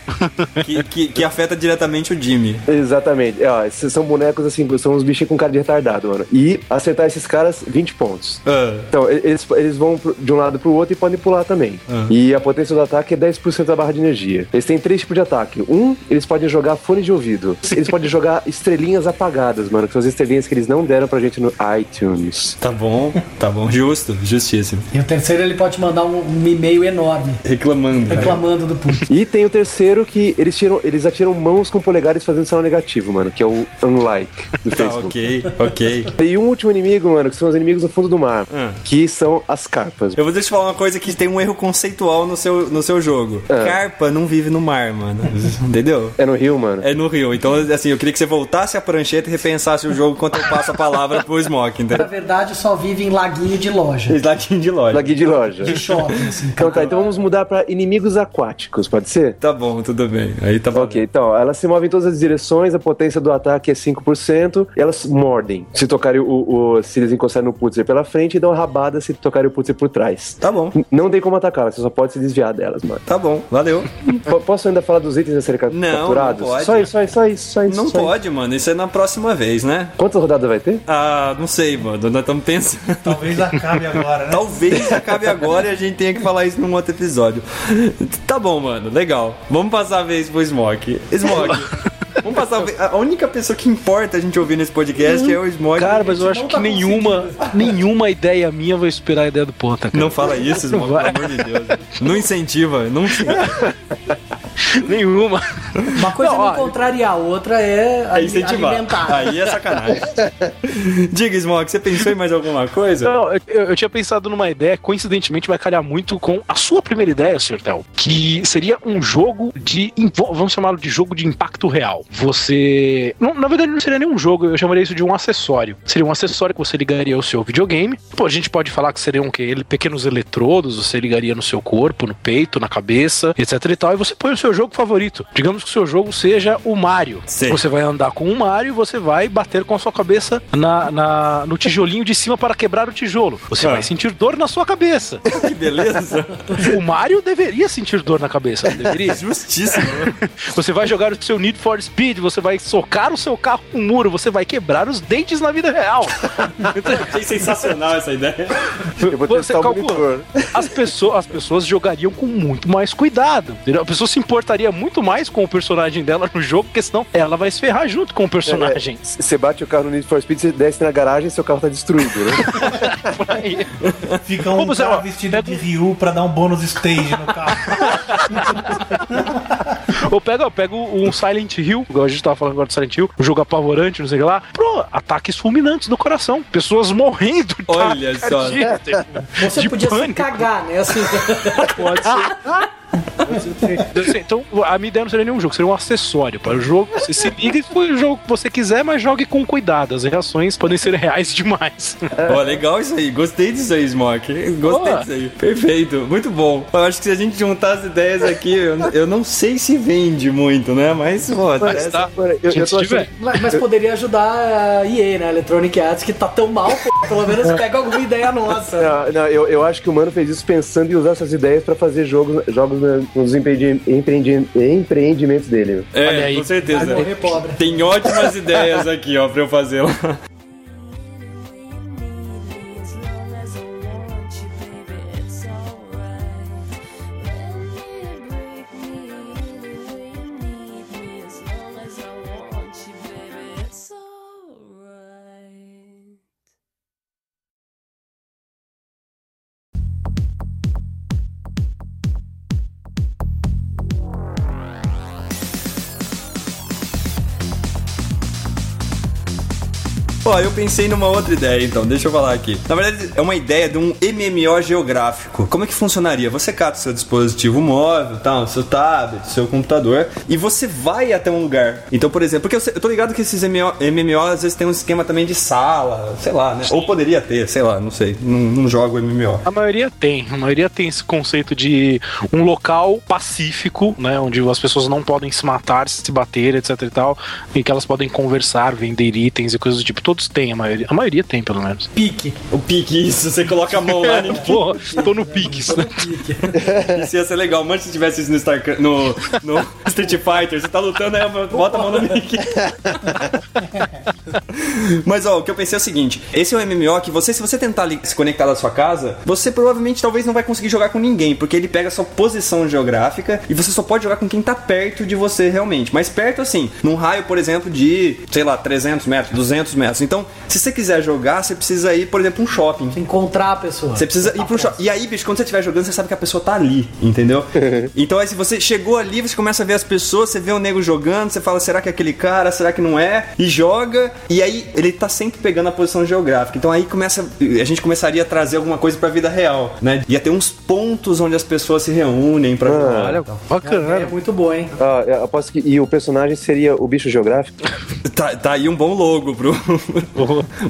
Speaker 1: Que, que, que afeta diretamente o Jimmy.
Speaker 8: Exatamente. É, ó, esses são bonecos assim, são uns bichinhos com cara de retardado, mano. E acertar esses caras, 20 pontos.
Speaker 1: Ah,
Speaker 8: Então, e- eles, eles vão pro- de um lado pro outro e podem pular também. E a potência do ataque é 10% da barra de energia. Eles têm três tipos de ataque. Um, eles podem jogar fone de ouvido. Eles podem jogar estrelinhas apagadas, mano, que são as estrelinhas que eles não deram pra gente no iTunes.
Speaker 1: tá bom, tá bom. Justo, justíssimo.
Speaker 6: E o terceiro ele pode mandar um, um e-mail enorme
Speaker 1: Reclamando.
Speaker 8: É
Speaker 6: reclamando do puto.
Speaker 8: E tem o terceiro que eles, tiram, eles atiram mãos com polegares fazendo sinal negativo, mano, que é o Unlike do
Speaker 1: Tá,
Speaker 8: Facebook.
Speaker 1: ok, ok.
Speaker 8: E um último inimigo, mano, que são os inimigos no fundo do mar, que são as carpas.
Speaker 1: Eu vou deixar te falar uma coisa que tem um erro conceitual no seu, no seu jogo. Carpa não vive no mar, mano. Entendeu?
Speaker 8: É no rio, mano.
Speaker 1: É no rio. Então, assim, eu queria que você voltasse a prancheta e repensasse o jogo enquanto eu passo a palavra pro Smoke,
Speaker 6: Na
Speaker 1: entendeu?
Speaker 6: verdade, só vive em laguinho de loja.
Speaker 1: Slatinho de
Speaker 8: Na
Speaker 1: loja.
Speaker 8: guia de loja.
Speaker 6: De shopping, assim.
Speaker 8: Então tá, então vamos mudar pra inimigos aquáticos, pode ser?
Speaker 1: Tá bom, tudo bem. Aí tá bom.
Speaker 8: Ok, então, elas se movem em todas as direções, a potência do ataque é 5%, e elas mordem. Se tocarem o, o- Se eles encostarem no Putzer pela frente, e dão uma rabada se tocarem o Putzer por trás.
Speaker 1: Tá bom,
Speaker 8: N- Não tem como atacá-las, você só pode se desviar delas, mano.
Speaker 1: tá bom. Valeu.
Speaker 8: Po- Posso ainda falar dos itens a serem ca-
Speaker 1: Não,
Speaker 8: capturados?
Speaker 1: não pode.
Speaker 8: Só isso, só isso, só isso, só isso.
Speaker 1: Não
Speaker 8: só isso.
Speaker 1: pode, mano. Isso é na próxima vez, né?
Speaker 8: Quantas rodadas vai ter?
Speaker 1: Ah, não sei, mano. Nós estamos pensando.
Speaker 5: Talvez acabe agora, né?
Speaker 1: Talvez acabe agora e a gente tenha que falar isso num outro episódio. Tá bom, mano, legal. Vamos passar a vez pro Smoke. Smoke. Vamos passar a, vez. a única pessoa que importa a gente ouvir nesse podcast é o Smoke.
Speaker 7: Cara, mas eu acho
Speaker 1: tá
Speaker 7: que nenhuma, nenhuma ideia minha vai superar a ideia do Ponta, cara.
Speaker 1: Não fala isso, Smoke, pelo amor de Deus. Não incentiva, não incentiva.
Speaker 7: Nenhuma.
Speaker 6: Uma coisa
Speaker 7: Não,
Speaker 6: é
Speaker 7: ó,
Speaker 6: não contrariar, a outra é,
Speaker 1: É
Speaker 6: ali-
Speaker 1: incentivar.
Speaker 6: alimentar.
Speaker 1: Aí é sacanagem. Diga, Smoke, você pensou em mais alguma coisa?
Speaker 7: Não, eu, eu tinha pensado numa ideia, coincidentemente vai calhar muito com a sua primeira ideia, Sr. Tel, que seria um jogo de. invo- Vamos chamá-lo de jogo de impacto real. Você. não, na verdade, não seria nem um jogo, eu chamaria isso de um acessório. Seria um acessório que você ligaria ao seu videogame. Pô, a gente pode falar que seriam o quê? Ele- Pequenos eletrodos, você ligaria no seu corpo, no peito, na cabeça, etc e tal. E você põe o seu jogo favorito. Digamos que o seu jogo seja o Mario.
Speaker 1: Sim.
Speaker 7: Você vai andar com o Mario e você vai bater com a sua cabeça na, na- no tijolinho de cima para quebrar o tijolo. Você vai sentir dor na sua cabeça.
Speaker 1: Que beleza.
Speaker 7: O Mario deveria sentir dor na cabeça, não deveria?
Speaker 1: Justíssimo.
Speaker 7: Você vai jogar o seu Need for Speed, você vai socar o seu carro com o muro, você vai quebrar os dentes na vida real.
Speaker 1: Achei sensacional essa ideia.
Speaker 8: Eu vou
Speaker 7: Você
Speaker 8: testar o
Speaker 7: calcula.
Speaker 8: monitor.
Speaker 7: As pessoas, as pessoas jogariam com muito mais cuidado. Entendeu? A pessoa se importaria muito mais com o personagem dela no jogo, porque senão ela vai se ferrar junto com o personagem.
Speaker 8: C- Você bate o carro no Need for Speed, você desce na garagem e seu carro tá destruído, né?
Speaker 7: Por aí.
Speaker 5: Fica um
Speaker 7: Vamos,
Speaker 5: cara
Speaker 7: ó,
Speaker 5: vestido
Speaker 7: pega
Speaker 5: de Ryu pra dar um bônus stage no carro.
Speaker 7: Ou pega, pega um Silent Hill, igual a gente tava falando agora do Silent Hill, um jogo apavorante, não sei o que lá. Pro, ataques fulminantes do coração. Pessoas morrendo. de
Speaker 1: Olha só.
Speaker 7: taquicardia, entendeu?
Speaker 6: Você
Speaker 7: De
Speaker 6: podia se
Speaker 7: pânico.
Speaker 6: cagar, né? Assim,
Speaker 7: Pode ser. Pode ser. Então, a minha ideia não seria nenhum jogo, seria um acessório para o jogo. Você se liga e põe o jogo que você quiser, mas jogue com cuidado. As reações podem ser reais demais.
Speaker 1: Ó, legal isso aí. Gostei disso aí, Smoke. Gostei
Speaker 7: Boa.
Speaker 1: disso aí. Perfeito. Muito bom. Eu acho que se a gente juntar as ideias aqui, eu, eu não sei se vende muito, né? Mas, pô, parece-
Speaker 7: tá.
Speaker 8: Mano, eu, eu
Speaker 7: Gente,
Speaker 8: tô
Speaker 7: se
Speaker 8: achando...
Speaker 7: tiver.
Speaker 6: mas, mas poderia ajudar a EA, né? Electronic Arts, que tá tão mal, pô. Pelo menos pega alguma ideia nossa.
Speaker 8: Ah, Não, não, eu, eu acho que o mano fez isso pensando em usar essas ideias pra fazer jogos, jogos na- nos empreendi- empreendi- empreendimentos dele.
Speaker 7: Olha
Speaker 1: É,
Speaker 7: aí.
Speaker 1: com certeza.
Speaker 6: Vai morrer pobre.
Speaker 1: Tem ótimas ideias aqui, ó, pra eu fazer lá.
Speaker 3: As long as I want you, baby, it's alright. Bend me and break me any way you need me. As long as I
Speaker 1: Ó, eu pensei numa outra ideia, então, deixa eu falar aqui. Na verdade, é uma ideia de um MMO geográfico. Como é que funcionaria? Você cata o seu dispositivo móvel, tal, seu tablet, seu computador, e você vai até um lugar. Então, por exemplo, porque eu, sei- eu tô ligado que esses MMO, MMO às vezes tem um esquema também de sala, sei lá, né? Ou poderia ter, sei lá, não sei. Não, não jogo MMO.
Speaker 7: A maioria tem, a maioria tem esse conceito de um local pacífico, né, onde as pessoas não podem se matar, se bater, etc e tal, e que elas podem conversar, vender itens e coisas do tipo. Todos têm, a maioria, a maioria tem pelo menos.
Speaker 6: Pique.
Speaker 1: O pique, isso, você coloca a mão lá, ninguém
Speaker 7: Porra, tô no Pix, né?
Speaker 1: Isso ia ser legal, mas se tivesse isso no, Starcraft, no, no Street Fighter, você tá lutando, aí bota a mão no Mickey. mas ó, o que eu pensei é o seguinte: esse é um MMO que você, se você tentar ali se conectar da sua casa, você provavelmente talvez não vai conseguir jogar com ninguém, porque ele pega a sua posição geográfica e você só pode jogar com quem tá perto de você realmente. Mas perto assim, num raio, por exemplo, de, sei lá, 300 metros, 200 metros. Então, se você quiser jogar, você precisa ir, por exemplo, pra um shopping.
Speaker 6: Encontrar a pessoa.
Speaker 1: Você precisa ir pro shopping. E aí, bicho, quando você estiver jogando, você sabe que a pessoa tá ali, entendeu? então aí, se você chegou ali, você começa a ver as pessoas, você vê o nego jogando, você fala, será que é aquele cara? Será que não é? E joga. E aí, ele tá sempre pegando a posição geográfica. Então aí começa. A gente começaria a trazer alguma coisa pra vida real, né? Ia ter uns pontos onde as pessoas se reúnem pra jogar.
Speaker 7: Olha,
Speaker 6: É
Speaker 7: bacana.
Speaker 6: muito boa, hein?
Speaker 8: Ah, eu aposto que. E o personagem seria o bicho geográfico?
Speaker 1: Tá, tá aí um bom logo pro,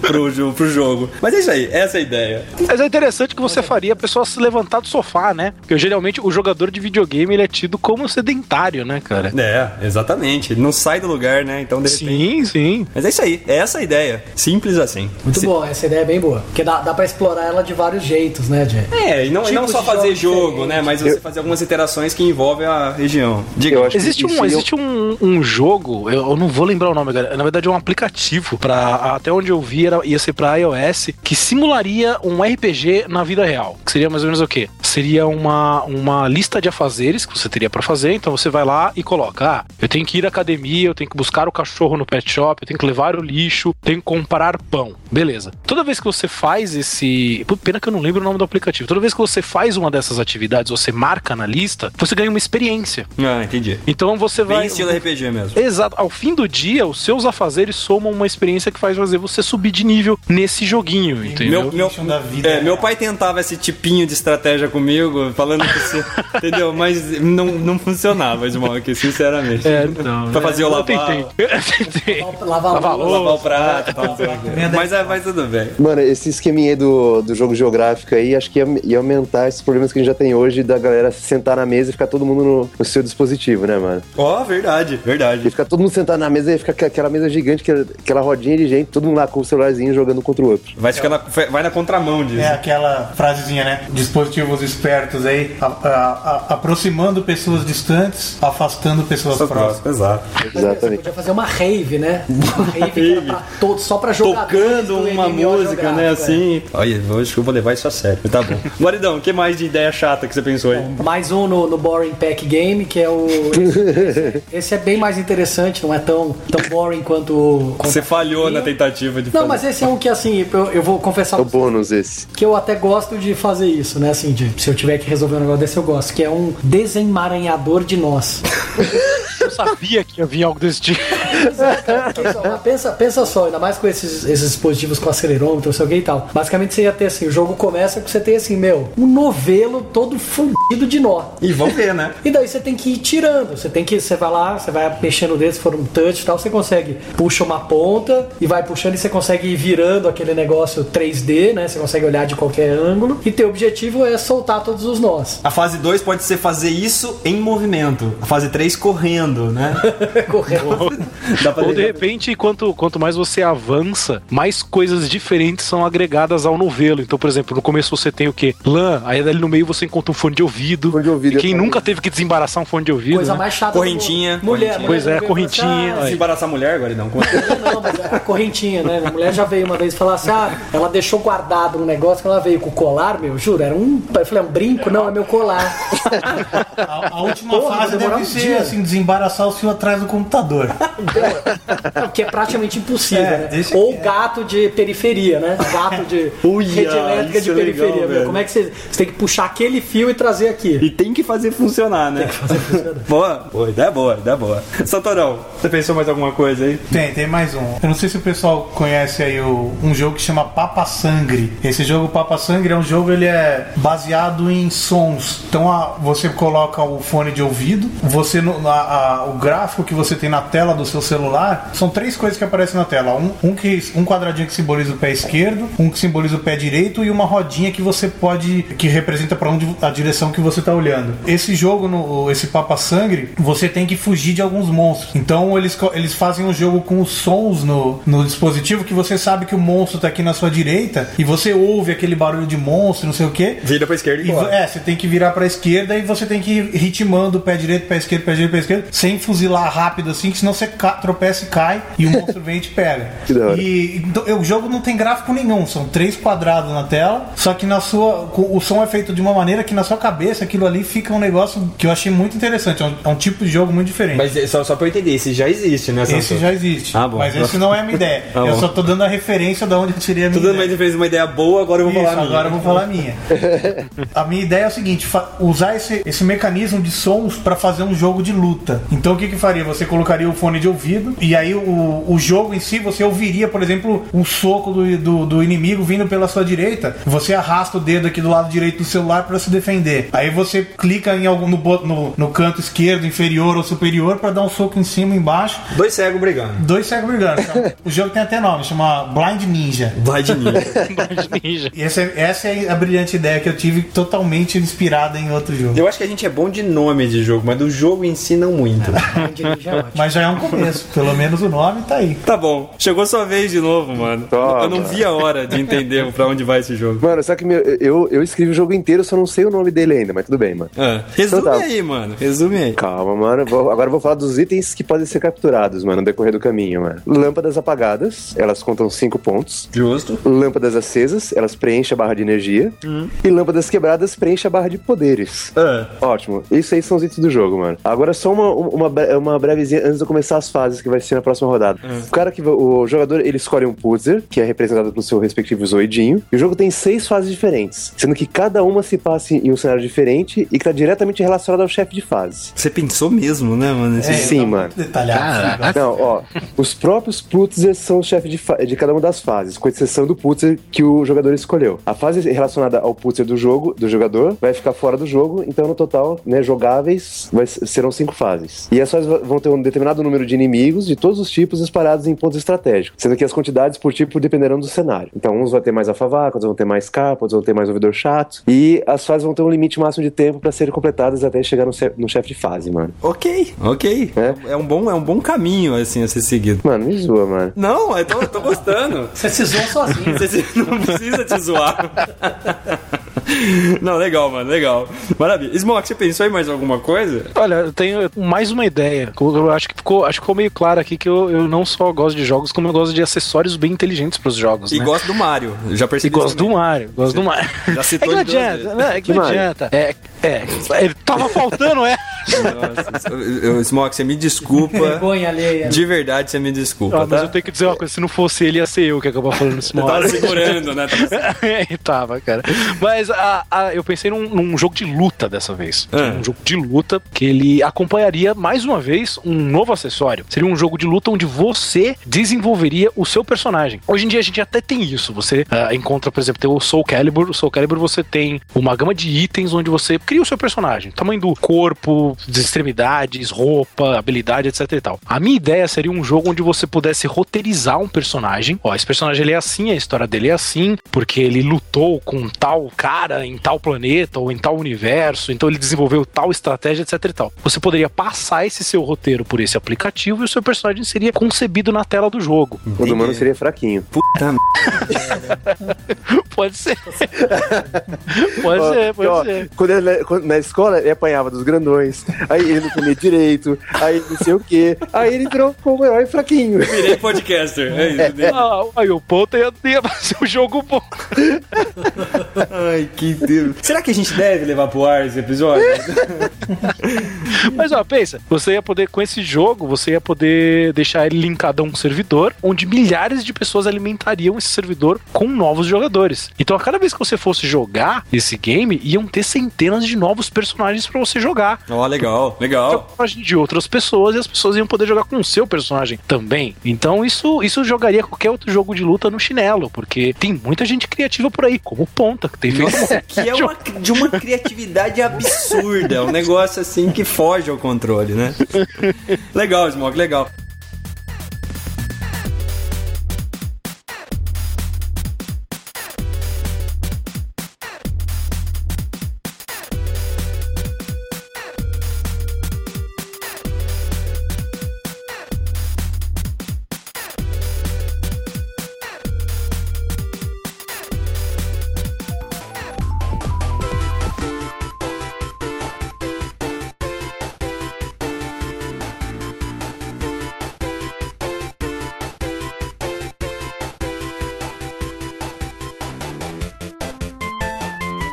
Speaker 1: pro, jo- pro jogo. Mas é isso aí, essa é a ideia.
Speaker 7: Mas é interessante que você faria a pessoa se levantar do sofá, né? Porque geralmente o jogador de videogame ele é tido como sedentário, né, cara?
Speaker 1: É, exatamente. Ele não sai do lugar, né? Então, de repente.
Speaker 7: Sim, sim.
Speaker 1: Mas é isso aí, é essa a ideia. Simples assim.
Speaker 6: Muito boa, essa ideia é bem boa. Porque dá, dá pra explorar ela de vários jeitos, né, Jay?
Speaker 1: É, e não, e não
Speaker 6: Tipos
Speaker 1: só
Speaker 6: de
Speaker 1: fazer
Speaker 6: jogos
Speaker 1: jogo,
Speaker 6: diferentes.
Speaker 1: né? Mas você fazer algumas interações que envolvem a região. Diga.
Speaker 8: Eu acho
Speaker 7: Existe,
Speaker 8: que
Speaker 7: um, existe um, um jogo, eu eu não vou lembrar o nome, galera. Na verdade, é um aplicativo para até onde eu vi era, ia ser pra iOS que simularia um RPG na vida real. Que seria mais ou menos o quê? Seria uma, uma lista de afazeres que você teria pra fazer. Então você vai lá e coloca: ah, eu tenho que ir à academia, eu tenho que buscar o cachorro no pet shop, eu tenho que levar o lixo, tenho que comprar pão. Beleza. Toda vez que você faz esse. Pô, Pena que eu não lembro o nome do aplicativo. Toda vez que você faz uma dessas atividades, você marca na lista, você ganha uma experiência.
Speaker 1: Ah, entendi.
Speaker 7: Então você
Speaker 1: Bem
Speaker 7: vai.
Speaker 1: estilo RPG mesmo.
Speaker 7: Exato. Ao fim do dia, os seus afazeres somam uma experiência que faz fazer você subir de nível nesse joguinho, entendeu?
Speaker 1: Meu, meu,
Speaker 5: Mission da vida,
Speaker 1: é,
Speaker 5: né?
Speaker 1: meu pai tentava esse tipinho de estratégia comigo, falando que você. entendeu? Mas não, não funcionava, Smoke, sinceramente.
Speaker 7: É, então.
Speaker 1: Pra fazer o
Speaker 7: Eu
Speaker 1: lavar,
Speaker 7: tentei. Eu tentei.
Speaker 6: Lavar a louça.
Speaker 1: lavar o prato, tal, não sei o quê. Mas, é, mas tudo bem.
Speaker 8: Mano, esse esqueminha aí do, do jogo geográfico aí, acho que ia, ia aumentar esses problemas que a gente já tem hoje da galera se sentar na mesa e ficar todo mundo no, no seu dispositivo, né, mano?
Speaker 1: Ó, verdade, verdade.
Speaker 8: E ficar todo mundo sentado na mesa e fica aqua- aquela mesa gigante, aquela, aquela rodinha de gente, todo mundo lá com o celularzinho jogando um contra o outro.
Speaker 1: Vai, ficar na, vai na contramão disso.
Speaker 5: É aquela frasezinha, né? Dispositivos espertos aí, a- a- a- aproximando pessoas distantes, afastando pessoas
Speaker 1: Só
Speaker 5: próximas.
Speaker 1: próximo, Exato.
Speaker 6: Você
Speaker 8: Exatamente.
Speaker 6: podia fazer uma rave, né? Uma rave que era pra todos, só pra jogar.
Speaker 1: tocando uma música, né?
Speaker 5: é.
Speaker 6: é.
Speaker 1: Assim. Olha, eu acho que eu vou levar isso a sério. Tá bom. Guaridão, o que mais de ideia chata que você pensou aí?
Speaker 6: Mais um no, no Boring Pack Game, que é o. Esse, esse é bem mais interessante, não é tão, tão boring quanto. o-
Speaker 1: Você falhou na tentativa de
Speaker 6: Não,
Speaker 1: fazer.
Speaker 6: mas esse é um que assim, eu, eu vou confessar
Speaker 8: É o
Speaker 6: pra vocês
Speaker 8: bônus esse.
Speaker 6: que eu até gosto de fazer isso, né? Assim, de, se eu tiver que resolver um negócio desse, eu gosto, que é um desemaranhador de nós.
Speaker 7: Eu sabia que havia algo desse tipo.
Speaker 6: Porque só- pensa, pensa só, ainda mais com esses, esses dispositivos com acelerômetro, não sei o que e tal. Basicamente você ia ter assim, o jogo começa com você tem assim, meu, um novelo todo fundido de nó.
Speaker 1: E vamos ver, né?
Speaker 6: E daí você tem que ir tirando. Você tem que. Você vai lá, você vai mexendo o dedo, se for um touch e tal, você consegue. Puxa uma ponta e vai puxando e você consegue ir virando aquele negócio 3D, né? Você consegue olhar de qualquer ângulo. E teu objetivo é soltar todos os nós.
Speaker 1: A fase 2 pode ser fazer isso em movimento. A fase 3 correndo, né?
Speaker 6: Correto.
Speaker 1: Dá pra
Speaker 7: Ou de
Speaker 1: ver.
Speaker 7: repente, quanto, quanto mais você avança, mais coisas diferentes são agregadas ao novelo. Então, por exemplo, no começo você tem o quê? Lã, aí ali no meio você encontra um fone de ouvido.
Speaker 8: Fone de ouvido,
Speaker 7: E quem
Speaker 8: eu falei.
Speaker 7: nunca teve que desembaraçar um fone de ouvido?
Speaker 6: Coisa
Speaker 7: né?
Speaker 6: mais chata. do
Speaker 1: Correntinha,
Speaker 6: mundo. Mulher,
Speaker 1: correntinha.
Speaker 6: mulher
Speaker 7: Pois é,
Speaker 6: também
Speaker 7: correntinha,
Speaker 6: fala
Speaker 7: aí.
Speaker 6: assim,
Speaker 1: Desembaraçar a mulher, Guaridão? Como é?
Speaker 6: ah, Não, mas a correntinha, né? A mulher já veio uma vez falar assim: ah, ela deixou guardado um negócio que ela veio com o colar, meu, juro, era um. Eu falei, é um brinco? Não, é meu colar.
Speaker 5: A, a última
Speaker 6: Porra, vai
Speaker 5: fase
Speaker 6: demorar
Speaker 5: deve
Speaker 6: um
Speaker 5: ser
Speaker 6: dia.
Speaker 5: assim, desembaraçar o fio atrás do computador.
Speaker 6: Não, porque é praticamente impossível,
Speaker 5: É,
Speaker 6: né?
Speaker 5: esse
Speaker 6: Ou
Speaker 5: aqui é.
Speaker 6: gato de periferia, né? Gato de
Speaker 1: Uia,
Speaker 6: rede elétrica
Speaker 1: isso
Speaker 6: de
Speaker 1: é legal,
Speaker 6: periferia. meu.
Speaker 1: velho.
Speaker 6: Como é que você, você tem que puxar aquele fio e trazer aqui?
Speaker 1: E tem que fazer funcionar, né? boa, boa, ideia boa, ideia boa. Santorão, você pensou mais alguma coisa aí?
Speaker 5: Tem, tem mais um. Eu não sei se o pessoal conhece aí o- um jogo que chama Papa Sangre. Esse jogo Papa Sangre é um jogo, ele é baseado em sons. Então a- você coloca o fone de ouvido, você no- a- a- o gráfico que você tem na tela do seu celular, são três coisas que aparecem na tela. Um, um, que, um quadradinho que simboliza o pé esquerdo, um que simboliza o pé direito e uma rodinha que você pode. que representa para onde a direção que você tá olhando. Esse jogo, no, esse Papa Sangre, você tem que fugir de alguns monstros. Então eles, co- eles fazem um jogo com os sons no, no dispositivo que você sabe que o monstro tá aqui na sua direita e você ouve aquele barulho de monstro, não sei o quê.
Speaker 1: Vira pra esquerda
Speaker 5: E vo- é, você tem que virar pra esquerda e você tem que ir ritmando pé direito, pé esquerdo, pé direito, pé esquerdo, sem fuzilar rápido assim, que senão você ca- tropeça e cai e o monstro vem e te pega.
Speaker 2: Que da hora.
Speaker 5: E então, o jogo não tem gráfico nenhum, são três quadrados na tela, só que na sua. co- O som é feito de uma maneira que na sua cabeça aquilo ali fica um negócio que eu achei muito interessante. É um, é um tipo de jogo muito diferente.
Speaker 9: Mas é só, só pra eu entender, esse já existe, né?
Speaker 5: esse
Speaker 9: Samsung?
Speaker 5: já existe.
Speaker 9: Ah, bom.
Speaker 5: Mas esse não é a minha ideia.
Speaker 9: Ah,
Speaker 5: eu
Speaker 9: bom.
Speaker 5: só tô dando a referência da onde eu tirei a minha
Speaker 1: Tudo
Speaker 5: ideia.
Speaker 1: bem, você fez uma ideia boa, agora eu vou
Speaker 5: Isso,
Speaker 1: falar a minha.
Speaker 5: agora eu vou falar a minha. a minha ideia é o seguinte: fa- usar esse, esse mecanismo de sons pra fazer um jogo de luta. Então o que que faria? Você colocaria o fone de ouvido e aí o, o jogo em si você ouviria, por exemplo, um soco do, do, do inimigo vindo pela sua direita. Você arrasta o dedo aqui do lado direito do celular pra se defender. Aí você clica em algum no, bo- no, no canto esquerdo, inferior ou superior pra dar um soco em cima, embaixo.
Speaker 9: Dois cegos brigando.
Speaker 5: Dois cegos brigando. Chama- o jogo tem até nome, chama Blind Ninja.
Speaker 1: Vai de mim.
Speaker 7: Ninja.
Speaker 5: E Essa, é- essa é a brilhante ideia que eu tive, totalmente inspirada em outro jogo.
Speaker 1: Eu acho que a gente é bom de nome de jogo, mas do jogo em si não muito.
Speaker 5: Mas já é um começo, pelo menos o nome tá aí.
Speaker 1: Tá bom. Chegou sua vez de novo, mano.
Speaker 2: Toma.
Speaker 1: Eu não vi a hora de entender pra onde vai esse jogo.
Speaker 2: Mano, sabe que meu- eu, eu escrevi o jogo inteiro, só não sei o nome dele ainda, mas tudo bem, mano.
Speaker 1: Ah, resume
Speaker 2: Então tá.
Speaker 1: aí, mano. Resume aí.
Speaker 2: Calma, mano. Vou- agora eu vou falar dos itens que podem ser capturados, mano, no decorrer do caminho, mano. Lâmpadas apagadas, elas contam 5 pontos.
Speaker 1: Justo.
Speaker 2: Lâmpadas acesas, elas preenchem a barra de energia. E lâmpadas quebradas preenchem a barra de poderes.
Speaker 1: Ah,
Speaker 2: Ótimo. Isso aí são os itens do jogo, mano. Agora só uma, uma, bre- uma brevezinha antes de eu começar as fases que vai ser na próxima rodada. O cara que o jogador ele escolhe um puzzer, que é representado pelo seu respectivo zoidinho. E o jogo tem seis fases diferentes, sendo que cada uma se passa em um cenário diferente e que tá diretamente relacionado ao chefe de fase.
Speaker 1: você pensou mesmo, né, mano? Esse-
Speaker 2: sim,
Speaker 5: tá
Speaker 2: mano.
Speaker 5: muito Detalhado. Caraca.
Speaker 2: Não, ó, os próprios putzers são os chefes de, fa- de cada uma das fases, com exceção do putzer que o jogador escolheu. A fase relacionada ao putzer do jogo, do jogador, vai ficar fora do jogo, então no total, né, jogáveis vai, s- serão cinco fases. E as fases va- vão ter um determinado número de inimigos de todos os tipos espalhados em pontos estratégicos, sendo que as quantidades por tipo dependerão do cenário. Então uns vão ter mais afavaca, outros vão ter mais capa, outros vão ter mais ouvidor chato, e as fases vão ter um limite máximo de tempo pra serem completadas até chegar no, ce- no chefe de fase, mano.
Speaker 1: Ok, ok. É. um bom, é um bom caminho, assim, a ser seguido.
Speaker 2: Mano, me zoa, mano.
Speaker 1: Não, eu tô, eu tô gostando.
Speaker 6: Você se zoa sozinho.
Speaker 1: Você se- não precisa te zoar. Não, legal, mano, legal. Maravilha. Smoke, você pensou em mais alguma coisa?
Speaker 7: Olha, eu tenho mais uma ideia. Eu eu acho que ficou, acho que ficou meio claro aqui que eu, eu não só gosto de jogos, como eu gosto de acessórios bem inteligentes pros jogos.
Speaker 1: E
Speaker 7: né?
Speaker 1: gosto do Mario. Já percebi.
Speaker 7: E gosto do
Speaker 1: também.
Speaker 7: Mario, gosto do Mario.
Speaker 1: Já
Speaker 7: É que
Speaker 1: citou
Speaker 7: não
Speaker 1: ele duas
Speaker 7: adianta,
Speaker 1: vezes.
Speaker 7: né? É que
Speaker 2: Que
Speaker 7: não
Speaker 2: Mario?
Speaker 7: adianta. É, é, é, tava faltando, é.
Speaker 1: Nossa, eu- eu- Smoke, você me desculpa.
Speaker 6: Vergonha alheia. né?
Speaker 1: De verdade, você me
Speaker 7: Ah,
Speaker 1: desculpa,
Speaker 7: mas eu
Speaker 1: tá?
Speaker 7: tenho que dizer uma coisa, se não fosse ele, ia ser eu que ia acabar falando isso uma hora.
Speaker 1: Tava Tá segurando, né?
Speaker 7: É, tava, cara. Mas a- a- eu pensei num, num jogo de luta dessa vez.
Speaker 1: Ah.
Speaker 7: Um jogo de luta que ele acompanharia, mais uma vez, um novo acessório. Seria um jogo de luta onde você desenvolveria o seu personagem. Hoje em dia a gente até tem isso. Você ah, encontra, por exemplo, tem o Soul Calibur. O Soul Calibur você tem uma gama de itens onde você cria o seu personagem. Tamanho do corpo, das extremidades, roupa, habilidade, etc e tal. A minha ideia seria um jogo onde você pudesse roteirizar um personagem. Ó, esse personagem ele é assim, a história dele é assim, porque ele lutou com tal cara em tal planeta ou em tal universo, então ele desenvolveu tal estratégia, etc e tal. Você poderia passar esse seu roteiro por esse aplicativo e o seu personagem seria concebido na tela do jogo.
Speaker 2: O do mano seria fraquinho.
Speaker 7: Pode ser. pode
Speaker 8: Ó,
Speaker 7: ser, pode
Speaker 8: ó,
Speaker 7: ser.
Speaker 8: Quando ele- quando- na escola, ele apanhava dos grandões. Aí ele não comia direito. Aí não sei o quê. Aí ele virou como um herói fraquinho.
Speaker 1: Virei podcaster. É isso. né?
Speaker 7: Ah, aí o ponto ia, ia fazer um jogo bom.
Speaker 10: Ai, que Deus. Será que a gente deve levar pro ar esse episódio?
Speaker 7: Mas ó, pensa, você ia poder, com esse jogo, você ia poder deixar ele linkado a um servidor, onde milhares de pessoas alimentariam esse servidor com novos jogadores. Então a cada vez que você fosse jogar esse game, iam ter centenas de novos personagens pra você jogar.
Speaker 1: Ó, legal, legal.
Speaker 7: Personagem de outras pessoas e as pessoas iam poder jogar com o seu personagem também. Então isso, isso jogaria qualquer outro jogo de luta no chinelo, porque tem muita gente criativa por aí, como o Ponta, que tem feito
Speaker 1: Nossa, que é uma, de uma criatividade absurda. É um negócio assim que foge ao controle, né? Legal, Smog, legal.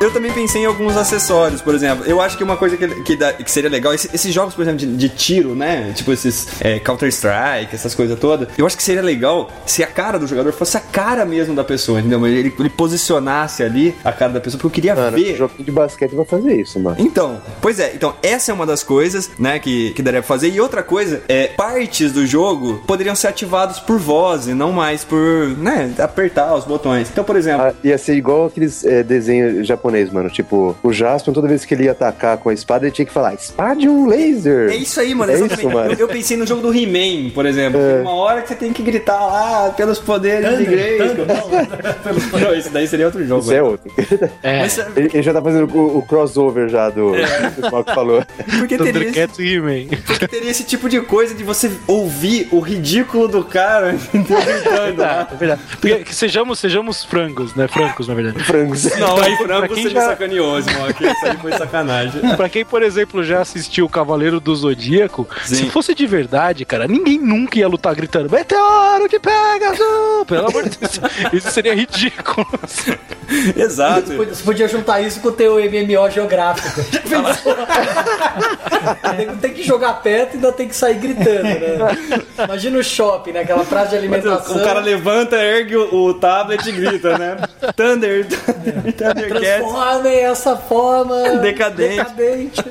Speaker 1: Eu também pensei em alguns acessórios, por exemplo. Eu acho que uma coisa que, que, dá- que seria legal, esse- esses jogos, por exemplo, de, de tiro, né? Tipo esses é, Counter-Strike, essas coisas todas. Eu acho que seria legal se a cara do jogador fosse a cara mesmo da pessoa, entendeu? Mas Ele, ele posicionasse ali a cara da pessoa, porque eu queria
Speaker 8: Mano,
Speaker 1: ver.
Speaker 8: jogo de basquete vai fazer isso, mano.
Speaker 1: Então, pois é, então essa é uma das coisas, né, que, que daria pra fazer. E outra coisa é, partes do jogo poderiam ser ativados por voz e não mais por, né, apertar os botões. Então, por exemplo,
Speaker 8: Ah, ia ser igual aqueles é, desenhos japonês, mano. Tipo, o Jaspion, toda vez que ele ia atacar com a espada, ele tinha que falar: espade um laser.
Speaker 1: É isso aí, mano.
Speaker 8: É
Speaker 1: exatamente.
Speaker 8: isso, mano. É.
Speaker 1: Eu, eu pensei no jogo do He-Man, por exemplo. Tem uma hora que você tem que gritar lá pelos poderes de Grey. Não, isso daí seria outro jogo. né?
Speaker 8: Isso é outro.
Speaker 7: É,
Speaker 1: Mas,
Speaker 8: Ele, ele já tá fazendo o, o crossover já do
Speaker 1: É.
Speaker 8: que o Smoke falou.
Speaker 1: por que teria, esse,
Speaker 7: Thundercats e He-Man.
Speaker 1: por que teria esse tipo de coisa de você ouvir o ridículo do cara gritando? lá?
Speaker 7: É verdade. Porque que sejamos, sejamos frangos, né? Francos, na verdade.
Speaker 8: Frangos.
Speaker 1: Não, aí
Speaker 7: Pra
Speaker 1: Franco
Speaker 7: quem
Speaker 1: você
Speaker 7: já-
Speaker 1: me sacaneou, Smoke. Isso aí foi sacanagem.
Speaker 7: Pra quem, por exemplo, já assistiu o Cavaleiro do Zodíaco,
Speaker 1: Sim.
Speaker 7: se fosse de verdade, cara, ninguém nunca ia lutar gritando Meteoro de Pegasus! Pelo amor de Deus, isso seria ridículo.
Speaker 1: Exato.
Speaker 6: Você podia juntar isso com o teu MMO geográfico. Já pensou? Tem- tem que jogar perto e ainda tem que sair gritando, né? Imagina o shopping, né? Aquela praça de alimentação.
Speaker 1: Então, O cara levanta, ergue o, o tablet e grita, né? Thunder, Thunder, Thundercats.
Speaker 6: Transformem essa forma
Speaker 1: Decadente.
Speaker 6: decadente.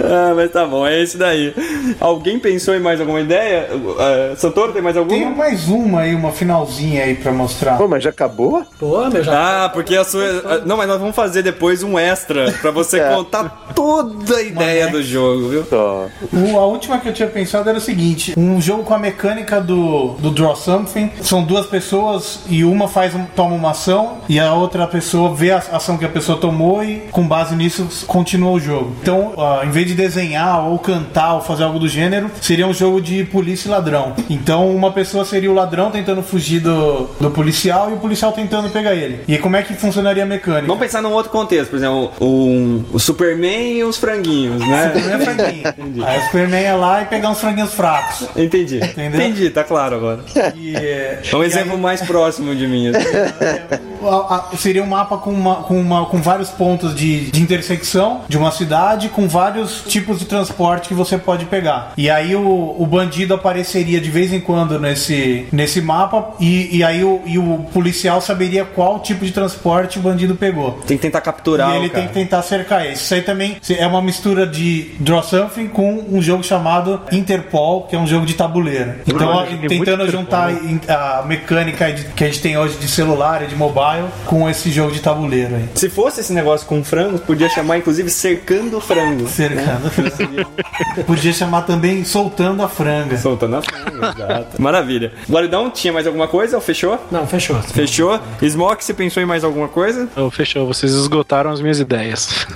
Speaker 1: Ah, mas tá bom, é isso daí. Alguém pensou em mais alguma ideia? Uh, Santoro, tem mais alguma?
Speaker 5: Tem um- mais uma aí, uma finalzinha aí pra mostrar.
Speaker 8: Pô, mas já acabou?
Speaker 6: Pô, meu, já
Speaker 1: Ah, porque a sua. ah, Não, mas nós vamos fazer depois um extra pra você
Speaker 8: É.
Speaker 1: contar toda a ideia do jogo, viu?
Speaker 8: Só.
Speaker 5: O- a última que eu tinha pensado era o seguinte: um jogo com a mecânica do, do Draw Something. São duas pessoas e uma faz um- toma uma ação e a outra pessoa vê a ação que a pessoa tomou e, com base nisso, continua o jogo. Então, ah, em vez de desenhar ou cantar ou fazer algo do gênero, seria um jogo de polícia e ladrão. Então, uma pessoa seria o ladrão tentando fugir do, do policial e o policial tentando pegar ele. E como é que funcionaria a mecânica?
Speaker 1: Vamos pensar num outro contexto, por exemplo, um, o Superman e os franguinhos, né?
Speaker 5: Superman é fraquinho. Aí o Superman ia lá e pegar uns franguinhos fracos.
Speaker 1: Entendi.
Speaker 5: Entendeu?
Speaker 1: Entendi, tá claro agora.
Speaker 5: E, eh,
Speaker 1: É um exemplo mais próximo de mim. assim.
Speaker 5: A- a- seria um mapa com, uma, com, uma, com vários pontos de, de intersecção de uma cidade, com vários tipos de transporte que você pode pegar. E aí o, o bandido apareceria de vez em quando nesse, nesse mapa, e, e aí o, e o policial saberia qual tipo de transporte o bandido pegou.
Speaker 1: Tem que tentar capturar.
Speaker 5: e ele
Speaker 1: o
Speaker 5: tem
Speaker 1: cara.
Speaker 5: que tentar cercar esse. Isso aí também é uma mistura de Draw Something com um jogo chamado Interpol, que é um jogo de tabuleiro. Então,
Speaker 7: Olha,
Speaker 5: ó,
Speaker 7: tem
Speaker 5: tentando
Speaker 7: muito né?
Speaker 5: juntar em- a mecânica de- que a gente tem hoje de celular e de mobile com esse jogo de tabuleiro aí.
Speaker 1: Se fosse esse negócio com frangos, podia chamar inclusive cercando frangos.
Speaker 5: Cercando. Podia chamar também Soltando a Franga.
Speaker 1: Soltando a franga, exato. Maravilha. Guaridão, tinha mais alguma coisa? Fechou?
Speaker 6: Não, fechou.
Speaker 1: Fechou? Smoke, você pensou em mais alguma coisa?
Speaker 7: Então, fechou, vocês esgotaram as minhas ideias.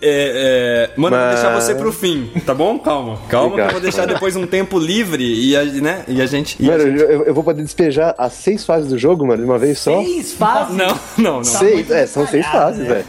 Speaker 1: é, é, mano, eu vou
Speaker 8: Mas-
Speaker 1: deixar você pro fim, tá bom? Calma. Calma, que eu vou
Speaker 8: Obrigado.
Speaker 1: deixar depois um tempo livre e a, né? e a gente. e a
Speaker 8: Mano,
Speaker 1: gente-
Speaker 8: eu, eu vou poder despejar as seis fases do jogo, mano, de uma vez só?
Speaker 6: Seis fases.
Speaker 1: Não, não, não.
Speaker 8: Seis? É, são seis fases, velho.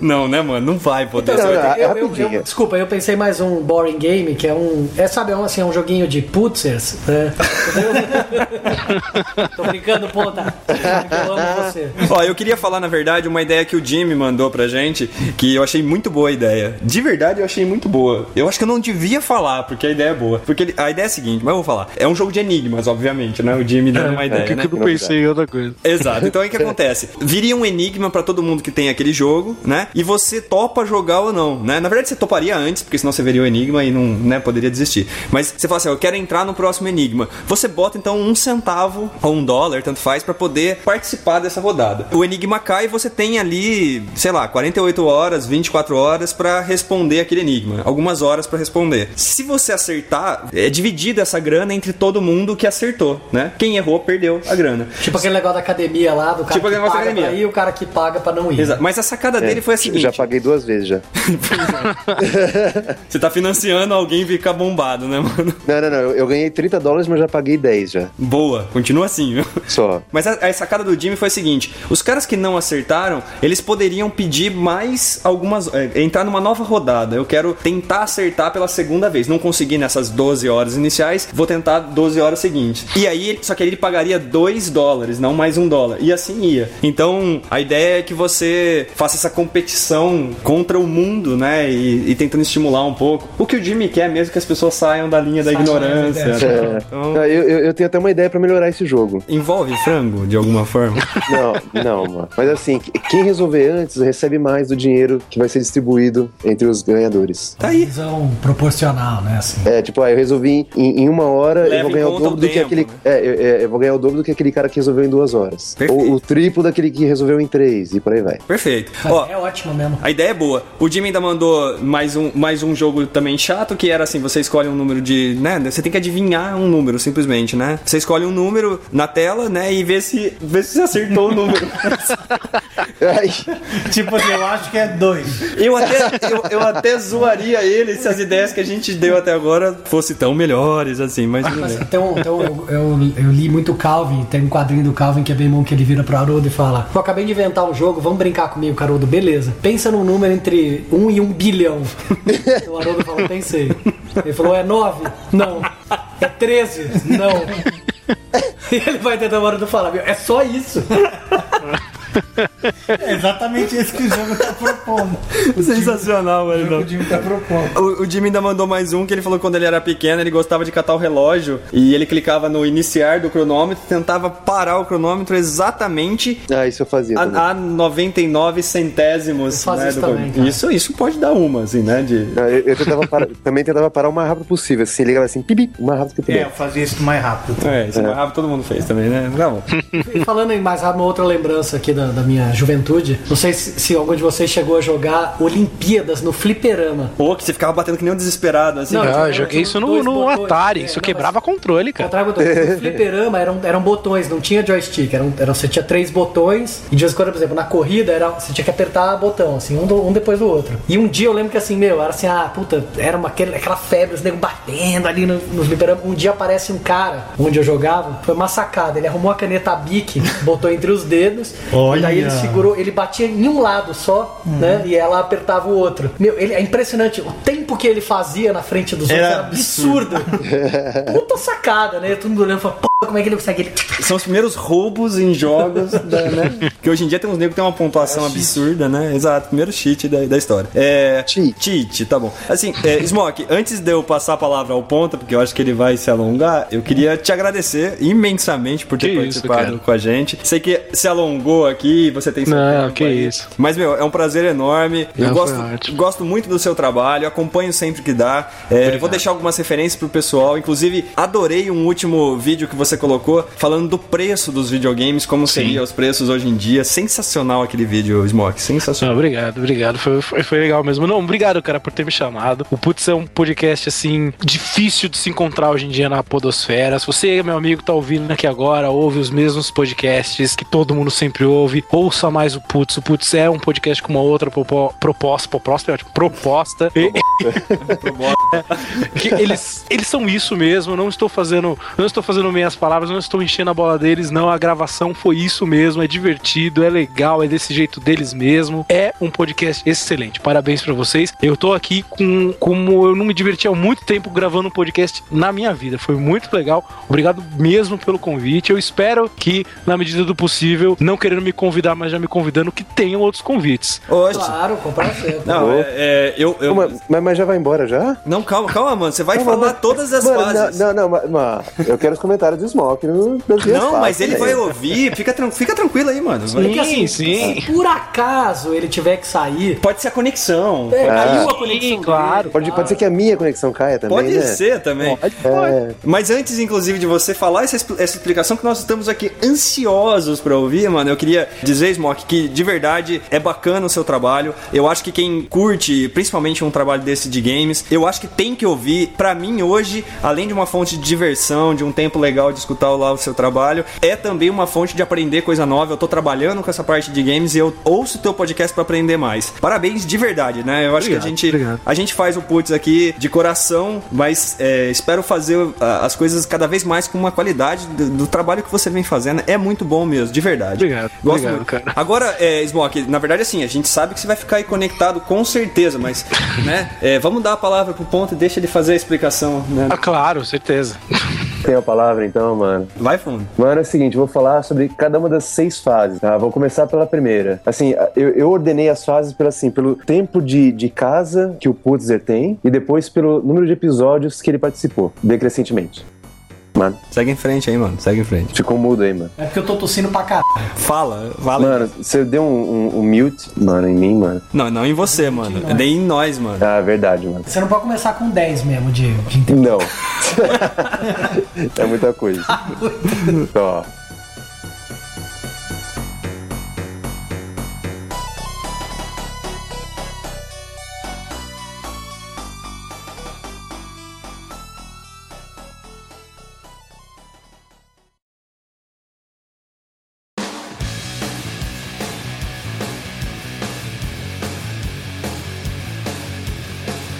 Speaker 1: Não, né, mano? Não vai poder.
Speaker 8: Então,
Speaker 1: Você vai ter-
Speaker 8: Ah, é
Speaker 6: Eu- eu-
Speaker 8: rapidinho.
Speaker 6: eu- desculpa, eu pensei mais um boring game, que é um. É, sabe, é um, assim, é um joguinho de putzers, né? Entendeu? Tô brincando, ponta. Eu amo você.
Speaker 1: Ó, eu queria falar, na verdade, uma ideia que o Jimmy mandou pra gente, que eu achei muito boa a ideia. De verdade, eu achei muito boa. Eu acho que eu não devia falar, porque a ideia é boa. Porque ele- a ideia é a seguinte, mas eu vou falar. É um jogo de enigmas, obviamente, né? O Jimmy dando
Speaker 8: É,
Speaker 1: uma ideia,
Speaker 7: que,
Speaker 1: né?
Speaker 7: que eu não pensei em outra coisa.
Speaker 1: Exato. Então aí o que acontece? Viria um enigma pra todo mundo que tem aquele jogo, né? E você topa jogar ou não, né? Na verdade você toparia antes, porque senão você veria o enigma e não, né, poderia desistir. Mas você fala assim, ó, eu quero entrar no próximo enigma. Você bota então um centavo ou um dólar, tanto faz, pra poder participar dessa rodada. O enigma cai e você tem ali, sei lá, 48 horas, 24 horas pra responder aquele enigma. Algumas horas pra responder. Se você acertar, é dividida essa grana entre todo mundo que acertou, né? Quem errou perdeu a grana.
Speaker 6: Tipo aquele negócio da academia lá, do
Speaker 1: Tipo
Speaker 6: cara que
Speaker 1: aquele negócio da
Speaker 6: paga pra
Speaker 1: academia.
Speaker 6: ir e o cara que paga pra não ir.
Speaker 1: Exato. Mas a sacada dele foi a seguinte:
Speaker 8: Já paguei duas vezes já.
Speaker 1: você tá financiando alguém ficar bombado, né, mano?
Speaker 8: Não, não, não. Eu, eu ganhei 30 dólares, mas já paguei 10 já.
Speaker 1: Boa, continua assim, viu?
Speaker 8: Só.
Speaker 1: Mas a, a sacada do Jimmy foi a seguinte: os caras que não acertaram, eles poderiam pedir mais algumas. é, entrar numa nova rodada. Eu quero tentar acertar pela segunda vez. Não consegui nessas 12 horas iniciais, vou tentar 12 horas seguintes. E aí, só que aí ele pagaria 2 dólares, não mais um dólar. E assim ia. Então, a ideia é que você faça essa competição contra o mundo, né? E, e tentando estimular um pouco. O que o Jimmy quer mesmo é que as pessoas saiam da linha da ignorância. né? Então,
Speaker 8: É. Não, eu, eu, eu tenho até uma ideia pra melhorar esse jogo.
Speaker 1: Envolve frango, de alguma forma.
Speaker 8: Não, não, mano. Mas assim, que- quem resolver antes recebe mais do dinheiro que vai ser distribuído entre os ganhadores.
Speaker 1: Tá aí.
Speaker 6: Visão proporcional, né? Assim.
Speaker 8: É, tipo, ah, eu resolvi em, em uma hora,
Speaker 1: Leva
Speaker 8: eu vou
Speaker 1: em
Speaker 8: ganhar o
Speaker 1: conta o
Speaker 8: dobro do que
Speaker 1: tempo,
Speaker 8: aquele.
Speaker 1: né?
Speaker 8: É, eu, é, eu vou ganhar o dobro do que aquele cara que resolveu em duas horas.
Speaker 1: Perfeito.
Speaker 8: Ou o triplo daquele que resolveu em três, e por aí vai.
Speaker 1: Perfeito.
Speaker 6: Mas
Speaker 1: Ó,
Speaker 6: é ótimo mesmo.
Speaker 1: a ideia é boa. O Jimmy ainda mandou mais um, mais um jogo também chato, que era assim, você escolhe um número de, né, você tem que adivinhar um número, simplesmente, né? Você escolhe um número na tela, né, e vê se, vê se você acertou o número.
Speaker 8: Ai,
Speaker 5: Tipo assim, eu acho que é dois.
Speaker 1: eu, até, eu, eu até zoaria ele se as ideias que a gente deu até agora fossem tão melhores, assim, mas tudo
Speaker 6: Mas,
Speaker 1: bem.
Speaker 6: então, então eu, eu- eu li muito Calvin, tem um quadrinho do Calvin que é bem bom que ele vira pro Haroldo e fala: Eu acabei de inventar um jogo, vamos brincar comigo, Haroldo, beleza. Pensa num número entre 1 um e 1 um bilhão. o Haroldo falou: Pensei. Ele falou: É 9? Não. É 13? Não. E ele vai tentando o Haroldo falar: "Meu, É só isso.
Speaker 5: É exatamente esse que o jogo tá propondo.
Speaker 1: Sensacional,
Speaker 5: O
Speaker 1: mano.
Speaker 5: jogo de tá propondo.
Speaker 1: O, o Jimmy ainda mandou mais um que ele falou que quando ele era pequeno ele gostava de catar o relógio e ele clicava no iniciar do cronômetro, tentava parar o cronômetro exatamente
Speaker 8: ah, isso eu fazia também.
Speaker 1: a, a 99 centésimos.
Speaker 6: Eu faço
Speaker 1: né,
Speaker 6: isso
Speaker 1: do-
Speaker 6: também, cara.
Speaker 1: isso, isso pode dar uma, assim, né? De...
Speaker 8: Não, eu, eu tentava parar- também tentava parar o mais rápido possível. Assim, ligava assim, pipi, o mais rápido que eu
Speaker 5: É,
Speaker 8: puder.
Speaker 5: eu fazia isso mais rápido.
Speaker 1: É, isso é. mais rápido, todo mundo fez também, né? Tá bom.
Speaker 6: E falando em mais rápido, uma outra lembrança aqui da, da minha juventude. Não sei se, se algum de vocês chegou a jogar Olimpíadas no Fliperama.
Speaker 1: Pô, que você ficava batendo que nem um desesperado, assim.
Speaker 6: Não,
Speaker 1: cara.
Speaker 7: Ah, eu joguei isso no,
Speaker 6: Dois
Speaker 7: no
Speaker 6: botões,
Speaker 7: Atari,
Speaker 6: né?
Speaker 7: isso
Speaker 6: Não,
Speaker 7: quebrava
Speaker 6: mas-
Speaker 7: controle, cara.
Speaker 6: Contrário do no fliperama, eram, eram botões, não tinha joystick. Eram, eram, você tinha três botões. E de vez em quando, por exemplo, na corrida, era, você tinha que apertar botão, assim, um, do- um depois do outro. E um dia eu lembro que assim, meu, era assim, ah, puta, era uma, aquele- aquela febre, os negros batendo ali no, no fliperama. Um dia aparece um cara, onde eu jogava, foi massacado. Ele arrumou a caneta bique, botou entre os dedos. E daí ele
Speaker 5: Olha.
Speaker 6: segurou segurou, ele batia em um lado só,
Speaker 8: Uhum.
Speaker 6: né? E ela apertava o outro. Meu, ele, é impressionante. O tempo que ele fazia na frente dos
Speaker 5: Era
Speaker 6: outros era absurdo. Puta sacada, né? Todo mundo olhando e fala, "Pô, como é que ele consegue? Ele...
Speaker 1: São os primeiros roubos em jogos, da- né? Que hoje em dia tem uns negros que tem uma pontuação absurda, né? Exato, primeiro cheat da, da história. É.
Speaker 8: Cheat.
Speaker 1: Cheat, tá bom. Assim, é, Smoke, antes de eu passar a palavra ao Ponta, porque eu acho que ele vai se alongar, eu queria te agradecer imensamente por ter
Speaker 7: Que isso,
Speaker 1: participado
Speaker 7: cara.
Speaker 1: com a gente. Sei que se alongou aqui, você tem seu
Speaker 7: Não,
Speaker 1: tempo
Speaker 7: que
Speaker 1: aí.
Speaker 7: isso.
Speaker 1: Mas, meu, é um prazer enorme. Eu
Speaker 7: Não, foi
Speaker 1: gosto,
Speaker 7: ótimo.
Speaker 1: gosto muito do seu trabalho, acompanho sempre que dá. É, vou deixar algumas referências pro pessoal. Inclusive, adorei um último vídeo que você você colocou, falando do preço dos videogames, como seria os preços hoje em dia. Sensacional aquele vídeo, Smoke.
Speaker 7: Não,
Speaker 1: Sensacional.
Speaker 7: obrigado, obrigado. Foi, foi, foi legal mesmo. Não, obrigado, cara, por ter me chamado. O Putz é um podcast, assim, difícil de se encontrar hoje em dia na Podosfera. Se você, meu amigo, tá ouvindo aqui agora, ouve os mesmos podcasts que todo mundo sempre ouve, ouça mais o Putz. O Putz é um podcast com uma outra propo- proposta, proposta, é ótimo, proposta. E- que eles, eles são isso mesmo, eu não estou fazendo, não estou fazendo meias palavras, não estou enchendo a bola deles, não. A gravação foi isso mesmo, é divertido, é legal, é desse jeito deles mesmo. É um podcast excelente. Parabéns pra vocês. Eu tô aqui com como eu não me diverti há muito tempo gravando um podcast na minha vida. Foi muito legal. Obrigado mesmo pelo convite. Eu espero que na medida do possível, não querendo me convidar, mas já me convidando que tenham outros convites.
Speaker 1: Oxe.
Speaker 6: Claro, com prazer.
Speaker 1: Não, é, é, eu, eu-
Speaker 8: Ô, mas- mas, mas já vai embora já?
Speaker 1: Não, calma, calma, mano. Você vai
Speaker 8: Não,
Speaker 1: falar
Speaker 8: mas-
Speaker 1: todas as
Speaker 8: mano,
Speaker 1: fases.
Speaker 8: Não, não, não, mas, mas eu quero os comentários do Smoke. No, das minhas
Speaker 2: é
Speaker 1: Não, mas
Speaker 8: fases,
Speaker 1: ele
Speaker 8: né?
Speaker 1: vai ouvir. Fica, tran- fica tranquilo aí, mano. Vai-
Speaker 6: É que assim,
Speaker 7: sim.
Speaker 6: Se por acaso ele tiver que sair,
Speaker 1: Pode ser a conexão.
Speaker 6: é, caiu a
Speaker 7: Sim,
Speaker 6: conexão. dele,
Speaker 7: claro.
Speaker 8: Pode,
Speaker 6: tá?
Speaker 8: pode ser que a minha conexão caia também,
Speaker 1: Pode
Speaker 8: né?
Speaker 1: ser também.
Speaker 8: É,
Speaker 1: Mas antes, inclusive, de você falar essa, expl- essa explicação que nós estamos aqui ansiosos pra ouvir, mano, eu queria dizer, Smoke, que de verdade é bacana o seu trabalho. Eu acho que quem curte, principalmente um trabalho desse de games, eu acho que tem que ouvir. Pra mim, hoje, além de uma fonte de diversão, de um tempo legal de escutar lá o seu trabalho, é também uma fonte de aprender coisa nova. Eu tô trabalhando com essa parte de games e eu ouço o teu podcast pra aprender mais. Parabéns de verdade, né? Eu acho que a gente
Speaker 7: obrigado.
Speaker 1: a gente faz o putz aqui de coração, mas é, espero fazer ah, as coisas cada vez mais com uma qualidade do, do trabalho que você vem fazendo. É muito bom mesmo, de verdade.
Speaker 7: Obrigado,
Speaker 1: Gosto
Speaker 7: obrigado,
Speaker 1: muito.
Speaker 7: cara.
Speaker 1: Agora, é, Smoke, na verdade, assim, a gente sabe que você vai ficar aí conectado com certeza, mas, né? é, vamos dar a palavra pro ponto e deixa ele fazer a explicação, né?
Speaker 7: Ah, claro, certeza.
Speaker 8: tem a palavra então, mano.
Speaker 1: Vai fundo.
Speaker 8: Mano, é o seguinte, eu vou falar sobre cada uma das seis fases, tá? Vou começar pela primeira. Assim, a- eu, eu ordenei as fases pelo, assim, pelo tempo de, de casa que o Putzer tem e depois pelo número de episódios que ele participou, decrescentemente. Mano,
Speaker 1: Segue em frente aí, mano. Segue em frente.
Speaker 8: ficou mudo aí, mano.
Speaker 6: É porque eu tô tossindo pra caralho.
Speaker 1: Fala, fala.
Speaker 8: Mano, você deu um, um- um mute, mano, em mim, mano.
Speaker 1: Não, não em você, mano. Nem em nós, mano.
Speaker 8: Ah, verdade, mano.
Speaker 6: Você não pode começar com 10 mesmo, Diego. Então, de inter-
Speaker 8: Não. é muita coisa.
Speaker 1: Ah,
Speaker 8: Ó.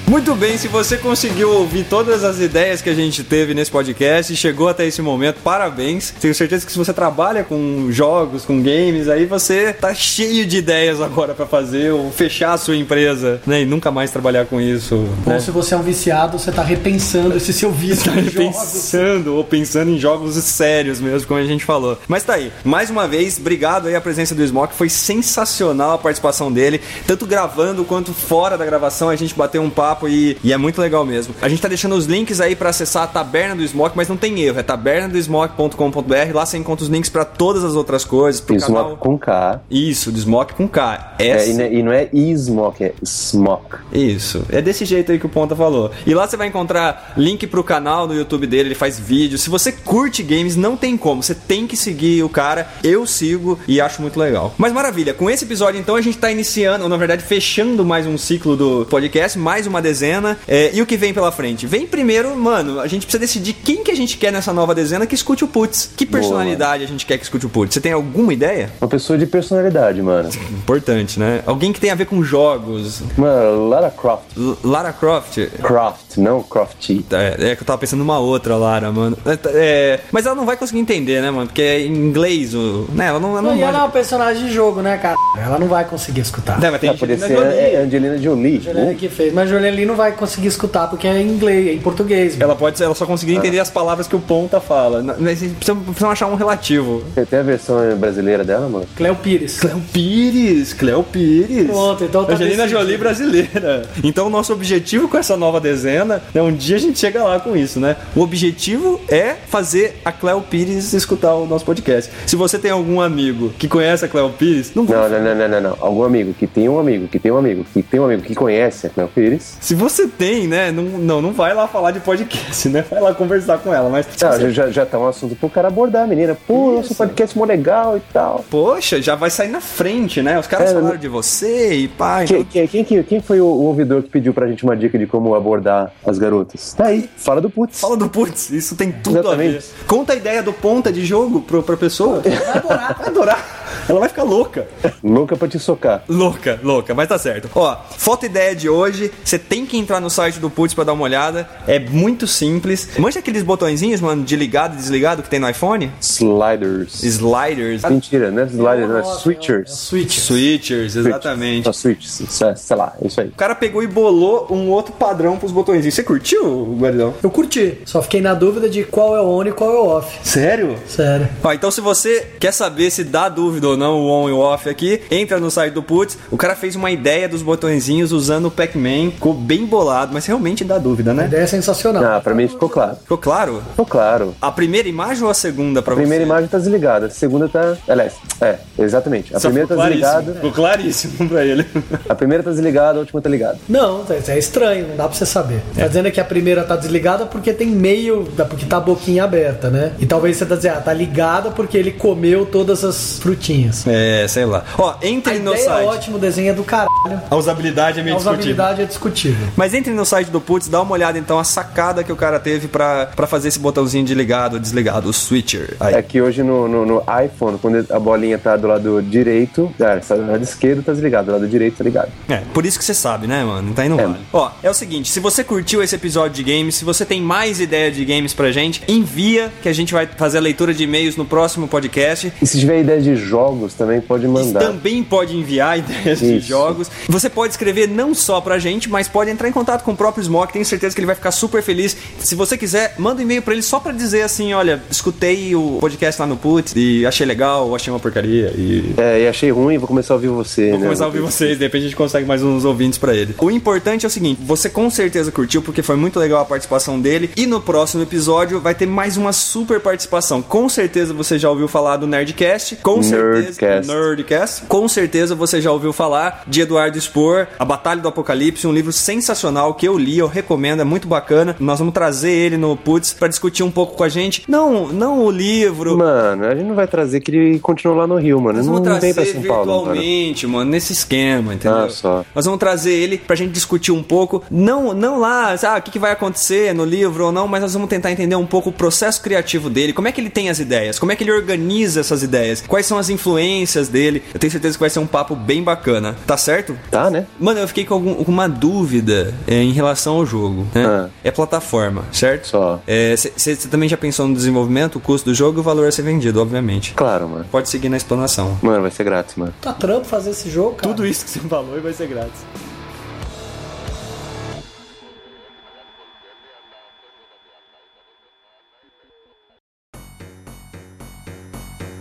Speaker 1: Muito bem, se você conseguiu ouvir todas as ideias que a gente teve nesse podcast e chegou até esse momento, parabéns. Tenho certeza que se você trabalha com jogos, com games, aí você tá cheio de ideias agora pra fazer ou fechar a sua empresa, né? E nunca mais trabalhar com isso.
Speaker 6: Ou
Speaker 1: Né?
Speaker 6: se você é um viciado, você tá repensando esse seu vício de jogos.
Speaker 1: Tá Pensando ou pensando em jogos sérios mesmo, como a gente falou. Mas tá aí, mais uma vez, obrigado aí a presença do Smoke, foi sensacional a participação dele, tanto gravando quanto fora da gravação, a gente bateu um papo e, e é muito legal mesmo. A gente tá deixando os links aí pra acessar a Taberna do Smoke, mas não tem erro, é tabernadosmoke.com.br, lá você encontra os links pra todas as outras coisas, pro
Speaker 8: Smoke
Speaker 1: canal.
Speaker 8: com K.
Speaker 1: Isso, do Smoke com K.
Speaker 8: É,
Speaker 1: S
Speaker 8: e, não é, e não é smoke, é smoke.
Speaker 1: isso, é desse jeito aí que o Ponta falou. E lá você vai encontrar link pro canal no YouTube dele, ele faz vídeo. Se você curte games, não tem como, você tem que seguir o cara. Eu sigo e acho muito legal. Mas maravilha, com esse episódio então a gente tá iniciando, ou na verdade fechando mais um ciclo do podcast, mais uma dezena. É, e o que vem pela frente? Vem primeiro, mano, a gente precisa decidir quem que a gente quer nessa nova dezena que escute o Putz. Que personalidade a gente quer que escute o Putz? Você tem alguma ideia?
Speaker 8: Uma pessoa de personalidade, mano.
Speaker 1: Importante, né? Alguém que tem a ver com jogos.
Speaker 8: Mano, Lara Croft.
Speaker 1: L- Lara Croft,
Speaker 8: Croft, não Crofty.
Speaker 1: É, é que eu tava pensando numa outra, Lara, mano. É, tá- é, mas ela não vai conseguir entender, né, mano? Porque é em inglês, o, né? Ela não. Ela não,
Speaker 6: Não, e ela é
Speaker 1: manja-
Speaker 6: uma personagem de jogo, né, cara? Ela não vai conseguir escutar.
Speaker 1: Não, Né, mas tem
Speaker 8: Vai poder
Speaker 1: gente-
Speaker 8: ser é, Angelina Jolie.
Speaker 6: Juliane Né, que fez, mas Juliane Lee não vai conseguir escutar porque é em inglês, é em português.
Speaker 1: Ela pode ser- ela só
Speaker 8: Ah.
Speaker 1: conseguir entender as palavras que o Ponta fala. N- Mas precisamos, precisamos achar um relativo.
Speaker 8: Você tem a versão brasileira dela, mano?
Speaker 6: Cléo Pires.
Speaker 1: Cléo Pires, Cléo Pires.
Speaker 6: Pronto, então tá
Speaker 1: Angelina
Speaker 6: decidido.
Speaker 1: Jolie brasileira. Então o nosso objetivo com essa nova dezena, né, um dia a gente chega lá com isso, né? O objetivo é fazer a Cléo Pires escutar o nosso podcast. Se você tem algum amigo que conhece a Cléo Pires, não,
Speaker 8: Não, não, não, não, não, não. Algum amigo que tem um amigo, que tem um amigo, que tem um amigo que conhece a Cleo Pires.
Speaker 1: Se você tem, né? Não, não, não vai lá falar de podcast, né? Vai lá conversar com ela. Mas se
Speaker 8: Não,
Speaker 1: você-
Speaker 8: já, já tá um assunto pro cara abordar a menina. Pô, nosso podcast é mó legal e tal.
Speaker 1: poxa, já vai sair na frente, né? Os caras
Speaker 8: É,
Speaker 1: falaram
Speaker 8: não-
Speaker 1: de você e pá.
Speaker 8: Quem,
Speaker 1: Então...
Speaker 8: quem, quem, que- quem foi o, o ouvidor que pediu pra gente uma dica de como abordar as garotas? Tá aí, fala do putz.
Speaker 1: Fala do putz, isso tem tudo
Speaker 8: Exatamente.
Speaker 1: a ver. Conta a ideia do ponta de jogo pro, pra pessoa. Vai adorar, vai adorar. Ela vai ficar louca.
Speaker 8: Louca pra te socar.
Speaker 1: Louca, louca, mas tá certo. Ó, foto ideia de hoje, você tem que entrar no site do Putz pra dar uma olhada. É muito simples. Manja aqueles botõezinhos, mano, de ligado e desligado que tem no iPhone?
Speaker 8: Sliders.
Speaker 1: Sliders,
Speaker 8: Mentira, né? Sliders, né? Switchers.
Speaker 6: Switch.
Speaker 1: switchers, exatamente.
Speaker 8: Só switches, sei sei lá, é isso aí.
Speaker 1: O cara pegou e bolou um outro padrão pros botõezinhos. Você curtiu, Guaridão?
Speaker 6: Eu curti, só fiquei na dúvida de qual é o on e qual é o off.
Speaker 1: Sério?
Speaker 6: Sério.
Speaker 1: Ó, então se você quer saber se dá dúvida ou não o on e o off aqui, entra no site do Putz. O cara fez uma ideia dos botõezinhos usando o Pac-Man. Ficou bem bolado, mas realmente dá dúvida,
Speaker 6: A
Speaker 1: né?
Speaker 6: ideia é sensacional.
Speaker 8: Ah, pra mim ficou claro.
Speaker 1: Ficou claro?
Speaker 8: Ficou claro.
Speaker 1: A primeira imagem ou a segunda pra
Speaker 8: A primeira
Speaker 1: você?
Speaker 8: imagem tá desligada, a segunda tá. Aliás, é, exatamente. A
Speaker 1: Só
Speaker 8: primeira tá
Speaker 1: ficou claríssimo,
Speaker 8: desligada,
Speaker 1: Ficou claríssimo pra ele.
Speaker 8: a primeira tá desligada, a última tá ligada.
Speaker 6: Não, é é estranho, não dá pra você saber.
Speaker 1: É.
Speaker 6: Tá dizendo que a primeira tá desligada porque tem meio, da- porque tá a boquinha aberta, né? E talvez você tá dizendo, ah, tá ligada porque ele comeu todas as frutinhas.
Speaker 1: É, sei lá. Ó, entre
Speaker 6: A
Speaker 1: no
Speaker 6: ideia é
Speaker 1: site.
Speaker 6: ótima, o desenho é do caralho.
Speaker 1: a usabilidade é
Speaker 6: A
Speaker 1: meio discutível.
Speaker 6: usabilidade é discutível.
Speaker 1: Mas entre no site do Putz, dá uma olhada então a sacada que o cara teve pra, pra fazer esse botãozinho de ligado ou desligado, o switcher. Aí.
Speaker 8: É que hoje no, no- no iPhone, quando a bolinha tá do lado direito, ah, essa do lado esquerdo tá desligado, do lado direito tá ligado.
Speaker 1: É, por isso que você sabe, né, mano? Tá indo
Speaker 8: É.
Speaker 1: vale. Ó, é o seguinte, se você curtiu esse episódio de games, se você tem mais ideia de games pra gente, envia que a gente vai fazer a leitura de e-mails no próximo podcast.
Speaker 8: E se tiver ideia de jogos também, pode
Speaker 1: E
Speaker 8: mandar.
Speaker 1: também pode enviar ideias de
Speaker 8: Isso.
Speaker 1: jogos. Você pode escrever não só pra gente, mas pode entrar em contato com o próprio Smok. Tenho certeza que ele vai ficar super feliz. Se você quiser, manda um e-mail pra ele só pra dizer assim: olha, escutei o podcast lá no Putz e achei legal, achei uma porcaria. E
Speaker 8: É, e achei ruim, vou começar a ouvir você,
Speaker 1: Vou
Speaker 8: né?
Speaker 1: começar a ouvir vocês, de repente a gente consegue mais uns ouvintes pra ele. O importante é o seguinte: você com certeza curtiu, porque foi muito legal a participação dele. E no próximo episódio vai ter mais uma super participação. Com certeza você já ouviu falar do Nerdcast. Com
Speaker 8: Nerdcast.
Speaker 1: certeza. Nerdcast. Com certeza você já ouviu falar de Eduardo Spor, A Batalha do Apocalipse, um livro sensacional que eu li, eu recomendo, é muito bacana. Nós vamos trazer ele no Putz pra discutir um pouco com a gente. Não, não o livro.
Speaker 8: Mano, a gente não vai trazer que ele continua lá no Rio, mano.
Speaker 1: Nós
Speaker 8: Não,
Speaker 1: vamos
Speaker 8: não
Speaker 1: trazer
Speaker 8: vem pra São Paulo, mano.
Speaker 1: virtualmente, mano, nesse esquema, entendeu?
Speaker 8: Ah, só.
Speaker 1: Nós vamos trazer ele pra gente discutir um pouco, não, não lá, ah, o que, que vai acontecer no livro ou não, mas nós vamos tentar entender um pouco o processo criativo dele, como é que ele tem as ideias, como é que ele organiza essas ideias, quais são as influências dele. Eu tenho certeza que vai ser um papo bem bacana, tá certo?
Speaker 8: Tá, né?
Speaker 1: Mano, eu fiquei com algum- alguma dúvida é, em relação ao jogo. Né?
Speaker 8: Ah.
Speaker 1: É plataforma, certo? É,
Speaker 8: Só.
Speaker 1: Você também já pensou no desenvolvimento, o custo do jogo e o valor a ser vendido, obviamente.
Speaker 8: Claro, mano.
Speaker 1: Pode seguir na explanação.
Speaker 8: Mano, vai ser grátis, mano.
Speaker 6: Tá trampo fazer esse jogo, cara.
Speaker 1: Tudo isso que você falou e vai ser grátis.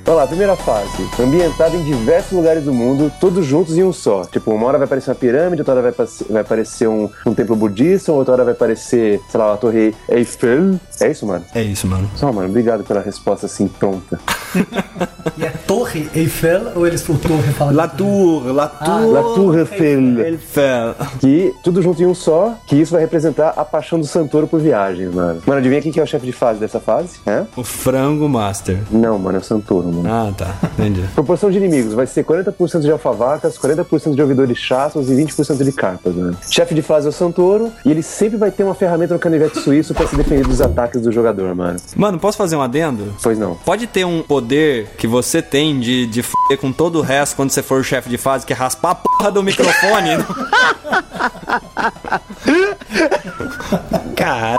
Speaker 8: Olha lá, primeira fase. Ambientada em diversos lugares do mundo, todos juntos em um só. Tipo, uma hora vai aparecer uma pirâmide, outra hora vai, passe- vai aparecer um, um templo budista, outra hora vai aparecer, sei lá, a torre Eiffel. É isso, mano?
Speaker 1: É isso, mano.
Speaker 8: Só, mano, obrigado pela resposta assim pronta.
Speaker 6: E é Torre Eiffel ou eles por Torre falam?
Speaker 1: Latour, Ah, Latour.
Speaker 8: La Tour Eiffel. Que tudo junto em um só, que isso vai representar a paixão do Santoro por viagens, mano. Mano, adivinha quem que é o chefe de fase dessa fase? Hã?
Speaker 1: O frango master.
Speaker 8: Não, mano, é o Santoro, mano.
Speaker 1: Ah, tá. Entendi.
Speaker 8: Proporção de inimigos vai ser 40% de alfavacas, 40% de ouvidores chatos e 20% de carpas, né? Chefe de fase é o Santoro, e ele sempre vai ter uma ferramenta no canivete suíço pra se defender dos ataques do jogador, mano.
Speaker 1: Mano, posso fazer um adendo?
Speaker 8: Pois não.
Speaker 1: Pode ter um poder que você tem de, de f com todo o resto quando você for o chefe de fase, que é raspar a porra do microfone. Cara,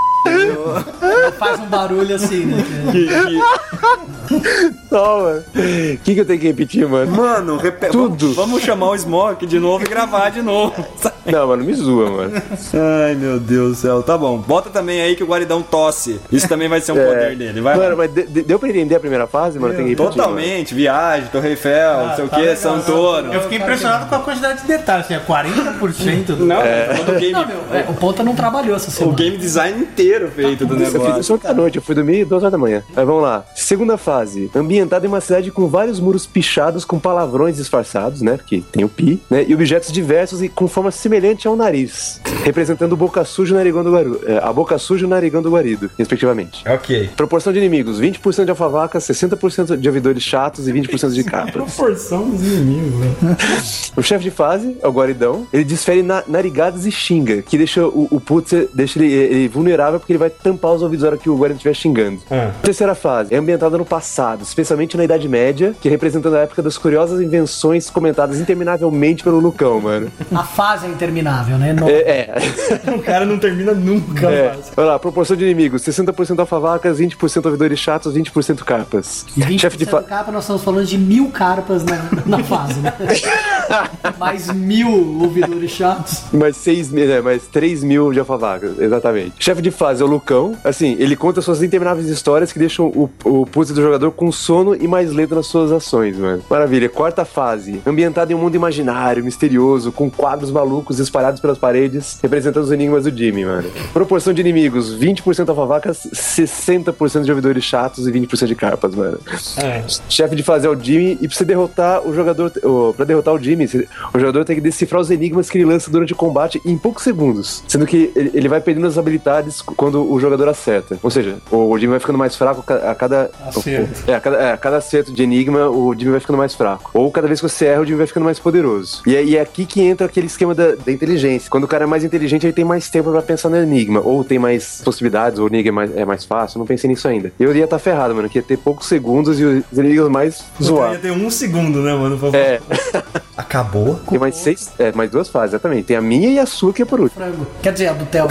Speaker 6: Faz um barulho assim, né?
Speaker 8: Não, mano. O que, que eu tenho que repetir, mano?
Speaker 1: mano, repe...
Speaker 8: Tudo.
Speaker 1: Vamos chamar o Smoke de novo e gravar de novo.
Speaker 8: Não, mano, me zoa, mano.
Speaker 1: Ai, meu Deus do céu. Tá bom. Bota também aí que o Guaridão tosse. Isso também vai ser um poder dele. Vai lá.
Speaker 8: Mano, mas de- de- deu pra entender a primeira fase, mano? Tem que repetir, mano.
Speaker 1: Totalmente, viagem, Torre Eiffel, não sei o que, Santoro.
Speaker 5: Eu fiquei impressionado com a quantidade de detalhes, assim, é 40% do...
Speaker 1: Não, é. todo o
Speaker 6: Não,
Speaker 1: game,
Speaker 6: meu, é, o Ponta não trabalhou essa
Speaker 1: o
Speaker 6: semana.
Speaker 1: game design inteiro feito do
Speaker 8: Eu fiz
Speaker 1: negócio.
Speaker 8: isso ontem à noite, eu fui dormir 12 horas da manhã. Mas vamos lá. Segunda fase, ambientada em uma cidade com vários muros pichados com palavrões disfarçados, né? Porque tem o pi, né? E objetos diversos e com forma semelhante ao nariz, representando o boca suja e o narigão do guaru, é, a boca suja e o narigão do guarido, respectivamente.
Speaker 2: Ok.
Speaker 8: Proporção de inimigos: 20% de alfavacas, 60% de ouvidores chatos e 20% de cabra.
Speaker 10: Proporção dos inimigos, né? velho.
Speaker 8: O chefe de fase é o Guaridão. Ele desfere na- narigadas e xinga, que deixa o, o Putzer deixa ele, ele vulnerável porque ele vai tampar os ouvidos na hora que o Guaridão estiver xingando. Terceira fase é ambientada no passado, especialmente na Idade Média, que é representando a época das curiosas invenções comentadas interminavelmente pelo Lucão, mano.
Speaker 6: A fase é interminável, né? No-
Speaker 8: É, é.
Speaker 10: O cara não termina nunca,
Speaker 8: é.
Speaker 10: rapaz.
Speaker 8: Olha lá, proporção de inimigos: 60% alfavacas, 20% ouvidores chatos, 20% capas.
Speaker 6: 20%
Speaker 10: É,
Speaker 8: Chefe de
Speaker 6: do
Speaker 8: fase.
Speaker 6: capa, nós estamos falando de mil carpas na, na fase, né? Mais mil ouvidores chatos.
Speaker 8: Mais 6 mil, né? Mais 3 mil de alfavacas, exatamente. Chefe de fase é o Lucão. Assim, ele conta suas intermináveis histórias que deixam o, o puzzle do jogador com sono e mais lento nas suas ações, mano. Maravilha. Quarta fase. Ambientada em um mundo imaginário, misterioso, com quadros malucos espalhados pelas paredes, representando os enigmas do Jimmy, mano. Proporção de inimigos: 20% alfavacas, 60% de ouvidores chatos e 20% de carpas, mano chefe de fazer o Jimmy e pra você derrotar o jogador, o- pra derrotar o Jimmy, você- o jogador tem que decifrar os enigmas que ele lança durante o combate em poucos segundos, sendo que ele, ele vai perdendo as habilidades cu- quando o jogador acerta. Ou seja, o, o Jimmy vai ficando mais fraco ca- a cada
Speaker 5: Acerto.
Speaker 8: É, a cada, é, a cada acerto de enigma, o Jimmy vai ficando mais fraco. Ou cada vez que você erra, o Jimmy vai ficando mais poderoso. E é, e é aqui que entra aquele esquema da, da inteligência. Quando o cara é mais inteligente, ele tem mais tempo pra pensar no enigma, ou tem mais possibilidades, ou o enigma é mais, é mais fácil. Eu Não pensei nisso ainda. Eu ia estar ferrado, mano, que ia ter poucos segundos e os inimigos mais
Speaker 10: Puta, Ia
Speaker 8: zoados.
Speaker 10: ter um segundo, né, mano? pra-
Speaker 8: É,
Speaker 10: Acabou?
Speaker 8: tem mais seis, é, mais duas fases, exatamente. Tem a minha e a sua que é por último.
Speaker 6: Frango. Quer dizer, a do Theo.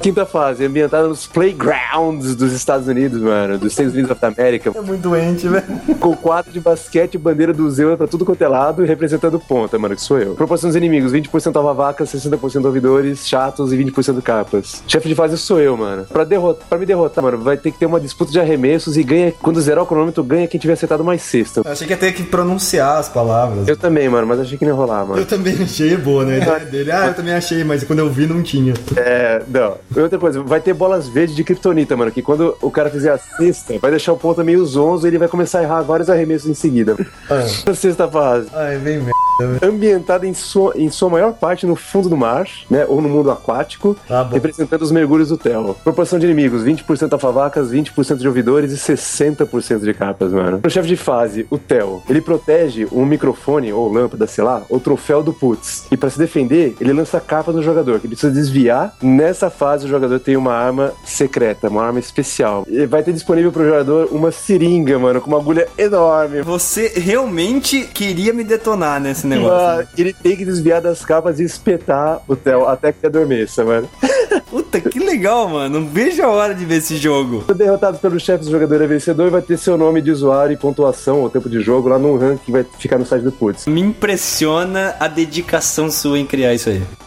Speaker 8: Quinta fase, ambientada nos playgrounds dos Estados Unidos, mano, dos Estados Unidos da América.
Speaker 10: É muito doente, velho.
Speaker 8: Com quadro de basquete, bandeira do Zeus pra tudo quanto é lado, e representando ponta, mano, que sou eu. Proporção dos inimigos: 20% alvavacas, 60% ouvidores, chatos e 20% capas. Chefe de fase sou eu, mano. Pra, derrotar, pra me derrotar, mano, vai ter que ter uma disputa de arremessos e ganha. Quando zerar o cronômetro, ganha quem tiver acertado mais sexta.
Speaker 10: Eu achei que ia ter que pronunciar as palavras.
Speaker 8: Eu também, mano, mas achei que não ia rolar, mano.
Speaker 10: Eu também achei boa, né? A ideia dele. Ah, eu também achei, mas quando eu vi não tinha.
Speaker 8: É, não. E Outra coisa, vai ter bolas verdes de kriptonita, mano, que quando o cara fizer a cesta, vai deixar o ponta meio zonzo e ele vai começar a errar vários arremessos em seguida. A sexta fase.
Speaker 10: Ai, vem mesmo.
Speaker 8: ambientada em sua, em sua maior parte no fundo do mar, né? Ou no mundo aquático,
Speaker 10: Tá bom.
Speaker 8: representando os mergulhos do Theo. Proporção de inimigos: 20% alfavacas, 20% de ouvidores e 60% de capas, mano. O chefe de fase, o Theo, ele protege um microfone ou lâmpada, sei lá, ou troféu do Putz. E pra se defender, ele lança capas no jogador, que precisa desviar. Nessa fase, o jogador tem uma arma secreta, uma arma especial. E vai ter disponível pro jogador uma seringa, mano, com uma agulha enorme,
Speaker 1: Você realmente queria me detonar nesse negócio.
Speaker 8: ah,
Speaker 1: né?
Speaker 8: ele tem que desviar das capas e espetar o Theo até que adormeça, mano.
Speaker 1: Puta, que legal, mano. Não vejo a hora de ver esse jogo.
Speaker 8: Quando derrotado pelo chefe, o jogador é vencedor e vai ter seu nome de usuário e pontuação ou tempo de jogo lá num ranking que vai ficar no site do Putz.
Speaker 1: Me impressiona a dedicação sua em criar isso aí.